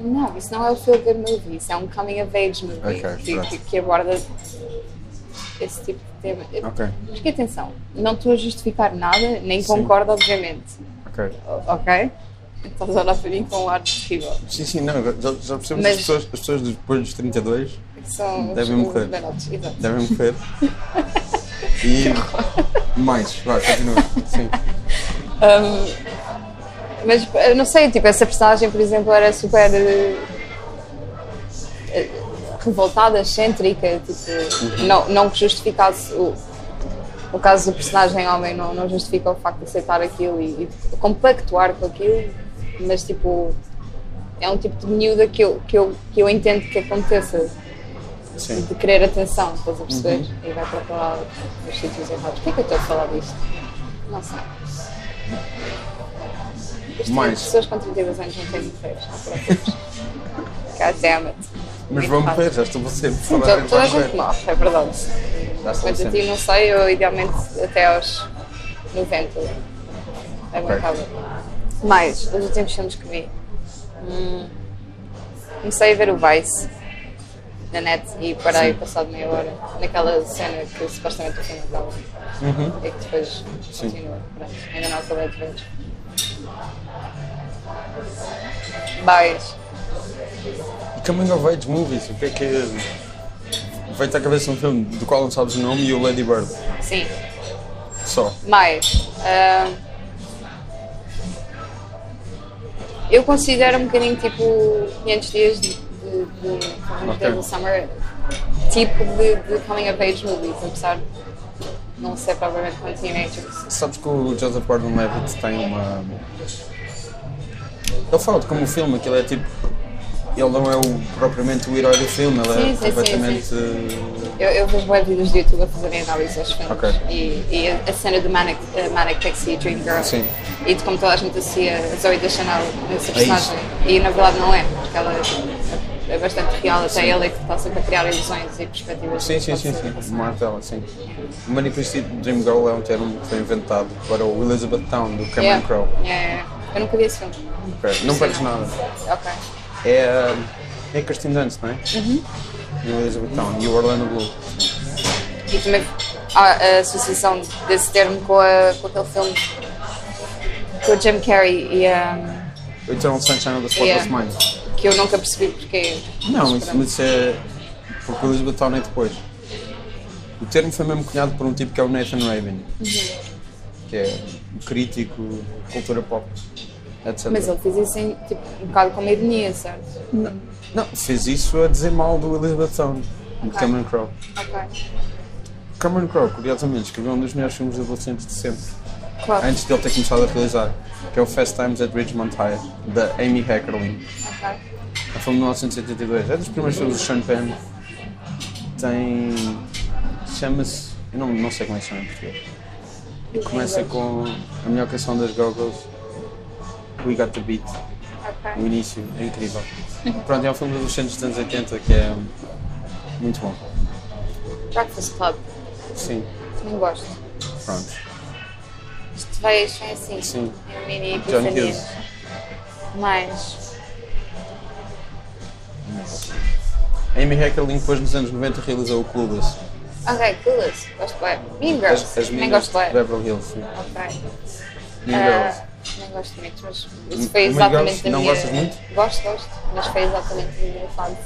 S3: Não, isso não é o feel good movie, isso é um coming of age movie
S1: Ok,
S3: que-
S1: pronto.
S3: que, que aborda esse tipo de tema.
S1: Ok,
S3: Mas que atenção, não estou a justificar nada, nem
S1: Sim.
S3: concordo, obviamente.
S1: ok.
S3: O- Ok? Estás a olhar para mim com um ar terrível.
S1: Sim, sim, não, agora já, já percebo que
S3: Mas-
S1: as pessoas, as pessoas depois dos 32
S3: São
S1: Devem
S3: os- os
S1: morrer.
S3: velhotes, exato.
S1: devem morrer. E mais, vai, continua. Sim.
S3: Um, mas eu não sei, tipo, essa personagem, por exemplo, era super eh, eh, revoltada, excêntrica, tipo, não, não que justificasse o. No caso do personagem homem, não, não justifica o facto de aceitar aquilo e, e compactuar com aquilo, mas tipo, é um tipo de miúda que eu, que eu, que eu entendo que aconteça.
S1: Sim. Uhum.
S3: de querer atenção, estás a perceber? E vai para lá nos sítios errados. Porquê que eu estou a falar disto? Não sei. Isto é
S1: Mais.
S3: Pessoas com 32 anos não têm mulheres, não preocupes. God damn it.
S1: Mas vão morrer, já estou você.
S3: Sim, toda, toda a gente morre, é verdade.
S1: Já estou
S3: Mas a ti
S1: sempre.
S3: não sei, eu um idealmente até aos 90 aguentava. Mais, dos últimos filmes que vi. Hum, comecei a ver o Vice na net e parei passado meia hora naquela cena que supostamente o filme acaba
S1: Uhum.
S3: e que depois
S1: Sim.
S3: continua. Pronto, ainda não acabei de ver. Mas
S1: E Coming of Age Movies, o que é que é? Veio-te à cabeça um filme do qual não sabes o nome e o Lady Bird.
S3: Sim,
S1: Só.
S3: Mas ah, eu considero um bocadinho tipo 500 dias de, de, de 500
S1: Ok.
S3: Days of Summer tipo de, de coming of age movies, apesar de não ser provavelmente com teenagers.
S1: Sabes que o Joseph Gordon-Levitt tem uma... Ele fala de como o filme, aquilo é tipo... ele não é o, propriamente o herói do filme, ele
S3: Sim,
S1: é
S3: sim,
S1: completamente.
S3: Eu, eu vejo web vídeos de YouTube a fazerem análise aos filmes.
S1: Ok.
S3: E, e a, a cena do Manic, eh, Manic Taxi e Dream Girl.
S1: Sim.
S3: E de como toda a gente associa a Zoe da Chanel nessa
S1: É isso.
S3: personagem. e na verdade não é, porque ela é, é bastante real, até ela é que está sempre a criar ilusões e perspectivas.
S1: Sim, sim,
S3: Pode
S1: sim,
S3: ser
S1: sim.
S3: assim.
S1: Martela, sim. O Manifested Dream Girl é um termo que foi inventado para o Elizabeth Town do Cameron
S3: Yeah.
S1: Crowe.
S3: Yeah, yeah. É. Eu nunca vi esse filme.
S1: Ok, Não perdes nada.
S3: Ok.
S1: É, uh, é Kirsten Dunst, não é?
S3: Uhum.
S1: E o Elizabeth Town e o Orlando Bloom.
S3: E também há a associação desse termo com, a- com aquele filme com o Jim Carrey e a.
S1: O Eternal Sunshine of the Spotless
S3: Yeah.
S1: Mind.
S3: que eu nunca percebi porque.
S1: Não,
S3: mas
S1: isso,
S3: pronto.
S1: mas isso é. Porque o Elizabeth Town é depois. O termo foi mesmo cunhado por um tipo que é o Nathan Rabin,
S3: Uhum.
S1: que é um crítico, de cultura pop, etc.
S3: Mas ele fez isso em, tipo, um bocado com ironia, certo?
S1: não, não, fez isso a dizer mal do Elizabeth Town, do
S3: Ok.
S1: Cameron Crowe.
S3: Ok.
S1: Cameron Crowe, curiosamente, escreveu um dos melhores filmes de adolescentes de sempre,
S3: Claro.
S1: antes de ele ter começado a realizar, que é o Fast Times at Ridgemont High, da Amy Heckerling.
S3: Ok.
S1: É um filme de 1982, é dos primeiros filmes do Sean Penn. Tem. chama-se. Eu não, não sei como é que chama em português. E começa com a melhor canção das Goggles, We Got the Beat. O
S3: Ok.
S1: início é incrível. Pronto, é um filme dos anos 80 que é muito bom.
S3: Breakfast Club.
S1: Sim,
S3: Não gosto.
S1: pronto.
S3: Isto vai, vai assim.
S1: Sim.
S3: É um mini
S1: John
S3: epifania.
S1: Hughes.
S3: Mas.
S1: Amy Heckerling depois nos anos 90 realizou o Clueless.
S3: Ok, Clueless. Gosto bem. Mean Girls.
S1: As, as
S3: nem
S1: meninas
S3: gosto
S1: de Ah,
S3: bem.
S1: Beverly Hills. sim.
S3: Ok.
S1: Mean
S3: Ah,
S1: Girls.
S3: Nem gosto muito, mas isso foi
S1: Mean
S3: exatamente
S1: Girls,
S3: a
S1: não
S3: minha.
S1: gostas muito?
S3: Gosto, gosto. Mas foi exatamente a minha fase.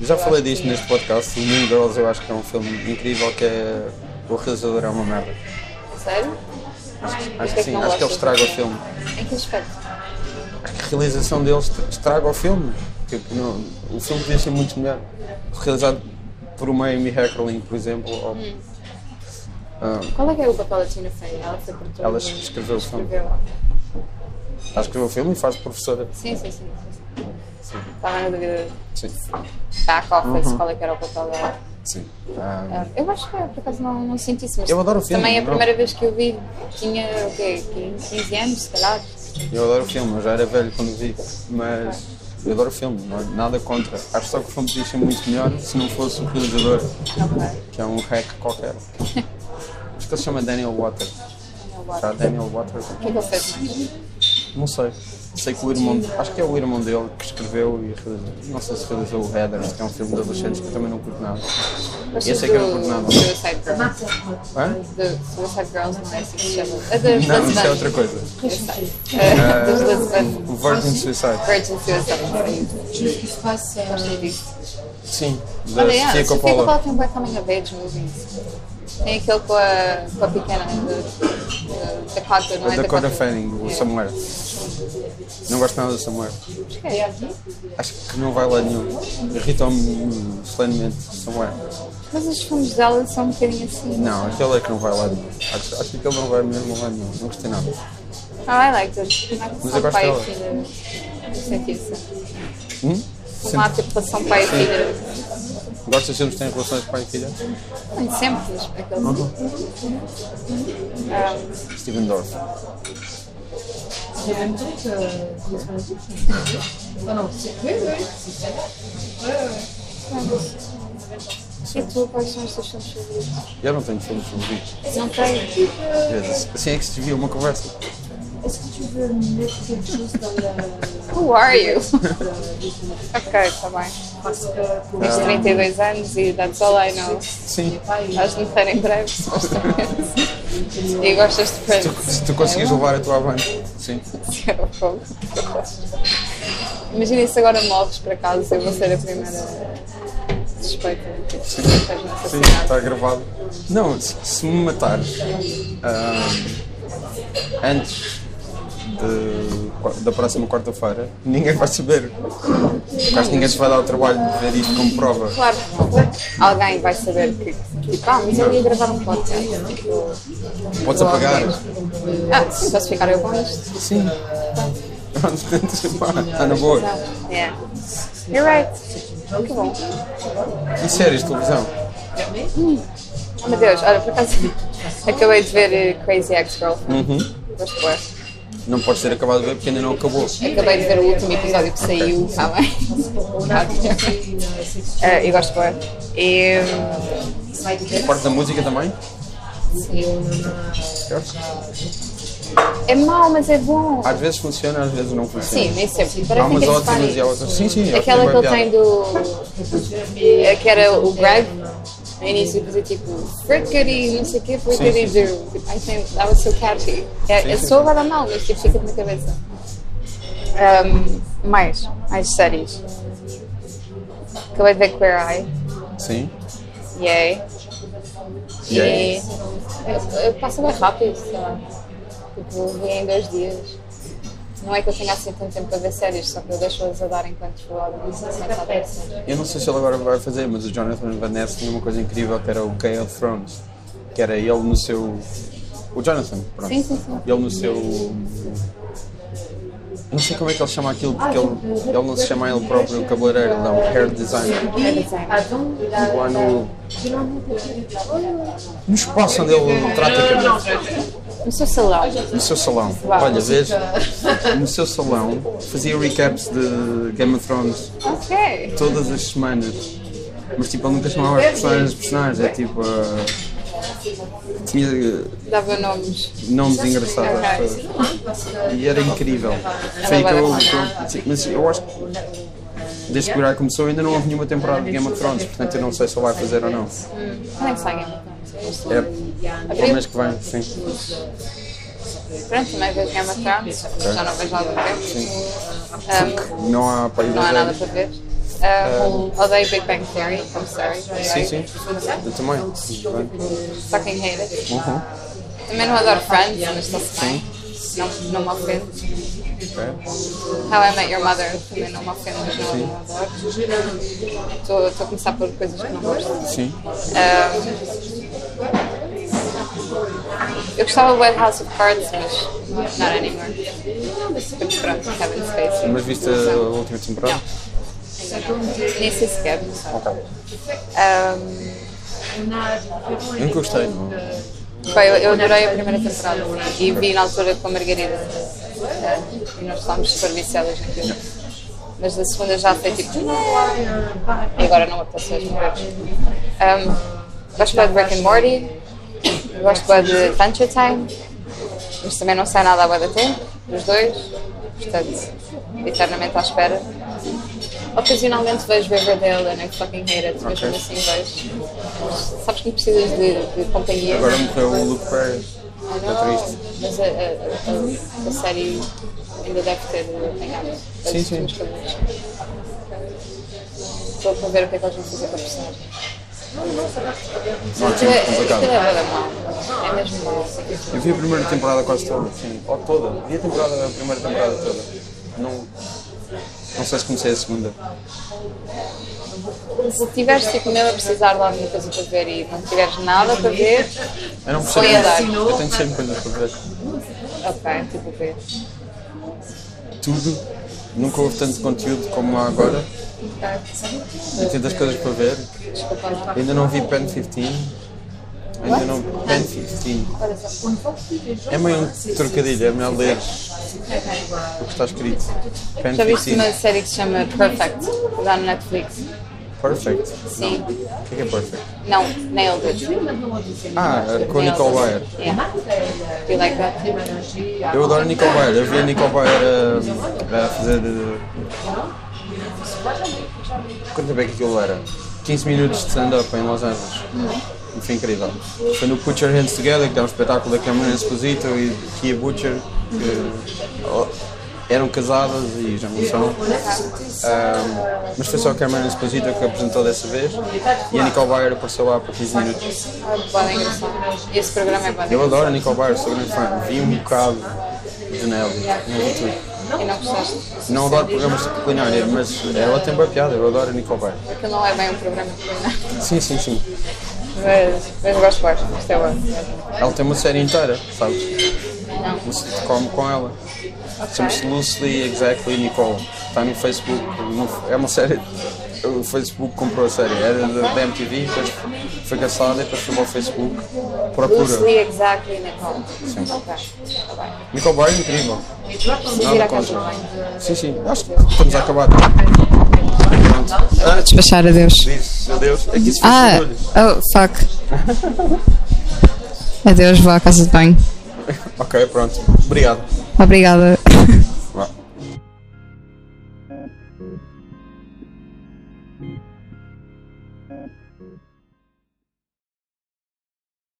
S1: Já
S3: Eu
S1: falei
S3: acho que
S1: disto
S3: é.
S1: neste podcast, o Mean Girls eu acho que é um filme incrível que é... o realizador é uma merda.
S3: Sério?
S1: Acho
S3: Porquê
S1: que
S3: que
S1: sim,
S3: não
S1: acho que ele
S3: gostas
S1: estraga o
S3: do
S1: filme.
S3: filme? Em que aspecto?
S1: A realização deles estraga o filme. Tipo, não- o filme devia ser muito melhor. Realizado por uma Amy Heckerling, por exemplo. Ou... Ah,
S3: Qual é que é o papel da Tina Fey? Ela foi produtora?
S1: Ela
S3: do-
S1: escreveu o filme.
S3: Escreveu, ok.
S1: ela escreveu o filme e faz de professora.
S3: Sim, sim, sim. Tá sim, sim. Estava na dúvida
S1: Sim.
S3: de back office, qual é que era o papel dela.
S1: Uhum. Sim. Ah,
S3: Ah, Eu acho que por acaso não, não senti isso, mas
S1: Eu adoro o filme,
S3: também é a
S1: não.
S3: primeira vez que eu vi tinha o quê? 15, 15 anos, se calhar.
S1: Eu adoro o filme, eu já era velho quando vi, mas eu adoro o filme, não é nada contra. Acho só que o filme podia ser muito melhor se não fosse o realizador,
S3: Ok.
S1: que é um hack qualquer. Acho que ele se chama Daniel Waters.
S3: Não
S1: Será
S3: gosto.
S1: Daniel Waters?
S3: é O que é que ele fez mais?
S1: Não sei. Sei que o irmão, acho que é o irmão dele que escreveu e realizou. Não sei se realizou o Heathers, que é um filme de adolescentes que eu também não curto nada.
S3: Gostas
S1: sei é que eu não
S3: do
S1: curto nada.
S3: Suicide Girls.
S1: Hã?
S3: Do Suicide Girls, não é assim que se chama. A das
S1: Não, isso é
S3: lesbianas.
S1: outra coisa. Ah,
S3: Eu sei. Eh, A das lesbianas.
S1: O Virgin Suicide.
S3: Virgin Suicide.
S4: Qu'est-ce qui se passe euh,
S3: Gostei disso.
S1: Sim, da
S3: Olha, é,
S1: Sofia
S3: Sofia Coppola
S1: Coppola.
S3: tem um boi coming of age movies. Tem aquele com a, com a pequena do- da Dakota, não
S1: A
S3: é?
S1: Dakota Fanning, o
S3: É.
S1: Somewhere. Não gosto nada do Somewhere.
S3: é
S1: Acho que não vai lá nenhum. Irritam-me solenemente Somewhere.
S3: Mas os filmes dela são um bocadinho assim.
S1: Não, aquele é que não vai lá nenhum. Acho, acho que aquele não vai mesmo lá nenhum. Não gostei nada.
S3: Oh, I liked it.
S1: Mas
S3: Mas
S1: eu gosto
S3: pai
S1: dela.
S3: e filha. Senti é isso.
S1: Hum?
S3: Um ato tipo são pai e filha.
S1: Gostas de filmes que têm relações pai e filha?
S3: Nem sempre, mas é aqueles.
S1: Uhum.
S3: Ah,
S1: Steven Dorff.
S4: C'est le même truc euh, que sur le truc Non, non, c'est. Oui, oui, c'est ça. Ouais, ouais.
S3: e tu, quais são os teus filmes favoritos?
S1: Eu não tenho filmes favoritos.
S3: Não tenho.
S1: Vezes. Assim é que se devia uma conversa.
S4: Est-ce que tu veux mettre quelque chose dans la.
S3: Who are you?
S4: euh,
S3: ok, está bem.
S4: Parce que pour
S3: Tens
S4: moi,
S3: 32 anos e that's all I know.
S1: Sim.
S4: pas une-
S3: Vais morrer em breve, supostamente. e gostas de Friends.
S1: Se tu conseguires levar a tua avante. Sim.
S3: Era fogo. Imagina se agora morres por acaso, eu vou ser a primeira suspeita de que estás nessa
S1: Sim, tá.
S3: cidade.
S1: está gravado. Não, se, se me matares ah, antes de- da próxima quarta-feira, ninguém vai saber. Quase ninguém te vai dar o trabalho de ver isto como prova.
S3: Claro, alguém vai saber que, tipo, ah, mas eu ia gravar um podcast. Tipo,
S1: Podes apagar.
S3: ah, se posso ficar eu com isto.
S1: Ah, Sim. Pronto, pá, está na boa.
S3: Não, yeah. You're right.
S4: Muito
S3: bom.
S1: E séries de televisão?
S3: Oh, meu Deus, olha, por acaso acabei de ver eh, Crazy Ex-Girlfriend. Gosto bué.
S1: Não pode ser acabado de ver porque ainda não acabou.
S3: Acabei de ver o último episódio que saiu, está bem? Eh, eu gosto bué. E
S1: A parte da música também? Certo?
S3: é mau, mas é bom.
S1: Às vezes funciona, às vezes não funciona.
S3: Sim, nem sempre.
S1: Há
S3: Parece
S1: umas
S3: que eles
S1: ótimas e há
S3: fazem.
S1: outras. Sim, sim. acho
S3: Aquela que
S1: uma
S3: ele
S1: piada.
S3: tem do. é, que era o Greg. No início fazia tipo frickety, não sei o quê, frickety
S1: sim,
S3: do. Tipo, ai, tem- dava so catchy. É, é
S1: sim,
S3: só
S1: sim.
S3: vai dar mal, mas tipo, fica na cabeça. Um, mais, mais séries. Acabei de ver Queer Eye.
S1: Sim.
S3: Yay.
S1: Yay.
S3: E. Eu, eu passo bem rápido, sei lá. Tipo, vi em dois dias. Não é que eu tenha assim tanto tempo para ver séries, só que eu deixo-as a dar enquanto vou ao
S1: Eu não sei se ele agora vai fazer, mas o Jonathan Van Ness tinha uma coisa incrível que era o Game of Thrones. Que era ele no seu. O Jonathan, pronto.
S3: Sim, sim, sim.
S1: Ele no seu. Não sei como é que ele chama aquilo, porque ele, ele não se chama ele próprio cabeleireiro, ele é um hair designer. E Lá no. No espaço onde ele trata a cabeça.
S3: No seu salão.
S1: No seu salão.
S3: Uau.
S1: Olha, vês? No seu salão fazia recaps de Game of Thrones
S3: Ok.
S1: todas as semanas. Mas tipo, ele nunca chamava os personagens de personagens, é tipo. ah, tinha ah,
S3: Dava nomes.
S1: nomes engraçados. ah, E era incrível. Foi aí que eu, que eu- sim, Mas eu acho que. Desde que o Irai começou ainda não houve nenhuma temporada de Game of Thrones, portanto eu não sei se ele vai fazer ou não.
S3: Como é que sai Game of Thrones?
S1: É pelo mês que vem, sim.
S3: Pronto, também vejo Game of Thrones. Já não vejo há algum tempo. Um,
S1: Não há para ir
S3: não há
S1: ver.
S3: nada para ver. Um, odeio Big Bang Theory. I'm sorry.
S1: Hum. Sim, sim. Eu também. Uhum.
S3: Fucking hate it. Também não adoro Friends, mas está-se bem. Não, não me ofende.
S1: Ok.
S3: How I Met Your Mother também não me ofende, mas não, não adoro. Estou estou a começar por coisas que não gosto.
S1: Sim.
S3: Um, eu gostava do House of Cards, mas not anymore. Porque pronto, Kevin Spacey.
S1: Mas viste a última temporada?
S3: Nem sei sequer. Um,
S1: Eu Nunca gostei, não.
S3: Bem, eu, eu adorei a primeira temporada e vi na altura com a Margarida eh, e nós estávamos super viciadas naquilo. Mas da segunda já foi tipo. E agora não me apetece mesmo ver. Um, gosto bem de Rick and Morty, gosto bem de Adventure Time, mas também não sai nada à boa da tempo, dos dois, portanto, eternamente à espera. Ocasionalmente vejo Riverdale and I fucking hate it, mas
S1: Ok.
S3: mesmo assim vejo. Mas sabes que precisas de, de companhia.
S1: Agora morreu o Luke Perez.
S3: Ah,
S1: Está
S3: não,
S1: triste.
S3: Mas a, a- a- a série ainda deve ter né? apanhado
S1: Sim,
S3: as
S1: sim.
S3: últimas coisas. Estou para ver o que é que eles vão fazer com a personagem.
S1: Não,
S3: Aquilo
S1: sim,
S3: é-
S1: complicado.
S3: aquilo é bué da mau. É mesmo mau.
S1: Eu vi a primeira temporada quase toda, sim. Ou toda. Vi a temporada, a primeira temporada toda. Não, não sei se comecei a segunda.
S3: Se tiveres tipo mesmo a precisar de alguma coisa para ver e não tiveres nada para ver,
S1: Eu não percebo.
S3: Foi a dar.
S1: Eu tenho sempre coisas para ver.
S3: ok, tipo ver.
S1: Tudo. Nunca houve tanto conteúdo como há agora. E tantas coisas para ver.
S3: Desculpa lá.
S1: Ainda não vi Pen 15. Ainda não. Pen 15. É meio um trocadilho, é melhor ler o que está escrito. Pen
S3: Já viste uma
S1: 15.
S3: série que se chama Perfect, lá no Netflix?
S1: Perfect.
S3: Sim.
S1: O que é que é perfect?
S3: Não, Nailed It.
S1: Ah, com a Nicole Bayer.
S3: Yeah. Do you like that?
S1: Eu adoro a Nicole Bayer. Eu vi a Nicole Bayer a, a fazer. eh, Quanto tempo é que aquilo era? 15 minutos de stand-up em Los Angeles. E foi incrível. Foi no Put Your Hands Together, que é um espetáculo da Cameron Esposito e de Kia Butcher, que oh, eram casadas e já não são. Ah, mas foi só a Cameron Esposito que apresentou dessa vez e a Nicole Bayer apareceu lá por 15 minutos.
S3: Podem engraçado. Esse programa é bom.
S1: Eu adoro a Nicole Bayer, sou grande fã. Vi um bocado de Nell, não vi tudo.
S3: E não gostaste?
S1: Não adoro programas de culinária, mas ela tem boa piada, eu adoro a Nicole Bayer.
S3: Aquilo não é bem um programa de culinária.
S1: Sim, sim, sim.
S3: Mas, mas gosto, gosto. Isto é bom.
S1: Ela tem uma série inteira, sabes? Não. Um sitcom com ela. Chama-se Loosely Exactly Nicole. Está no Facebook. no- é uma série. O Facebook comprou a série. Era da, da MTV, depois foi caçada e depois foi para o Facebook.
S3: Loosely,
S1: Procura.
S3: exactly, Nicole.
S1: Sim.
S3: Ok, está bem.
S1: Nicole Byer é incrível.
S3: Vamos ir
S1: Nada
S3: à casa
S1: contra.
S3: do banho.
S1: Sim, sim. Acho que estamos a acabar. Pronto. Ah, tch-
S4: Despachar, adeus.
S1: diz, adeus. É que isso fez
S4: Ah,
S1: barulho.
S4: oh, fuck. Adeus, vá à casa de banho.
S1: Ok, pronto. Obrigado.
S4: Obrigada.
S1: Vá.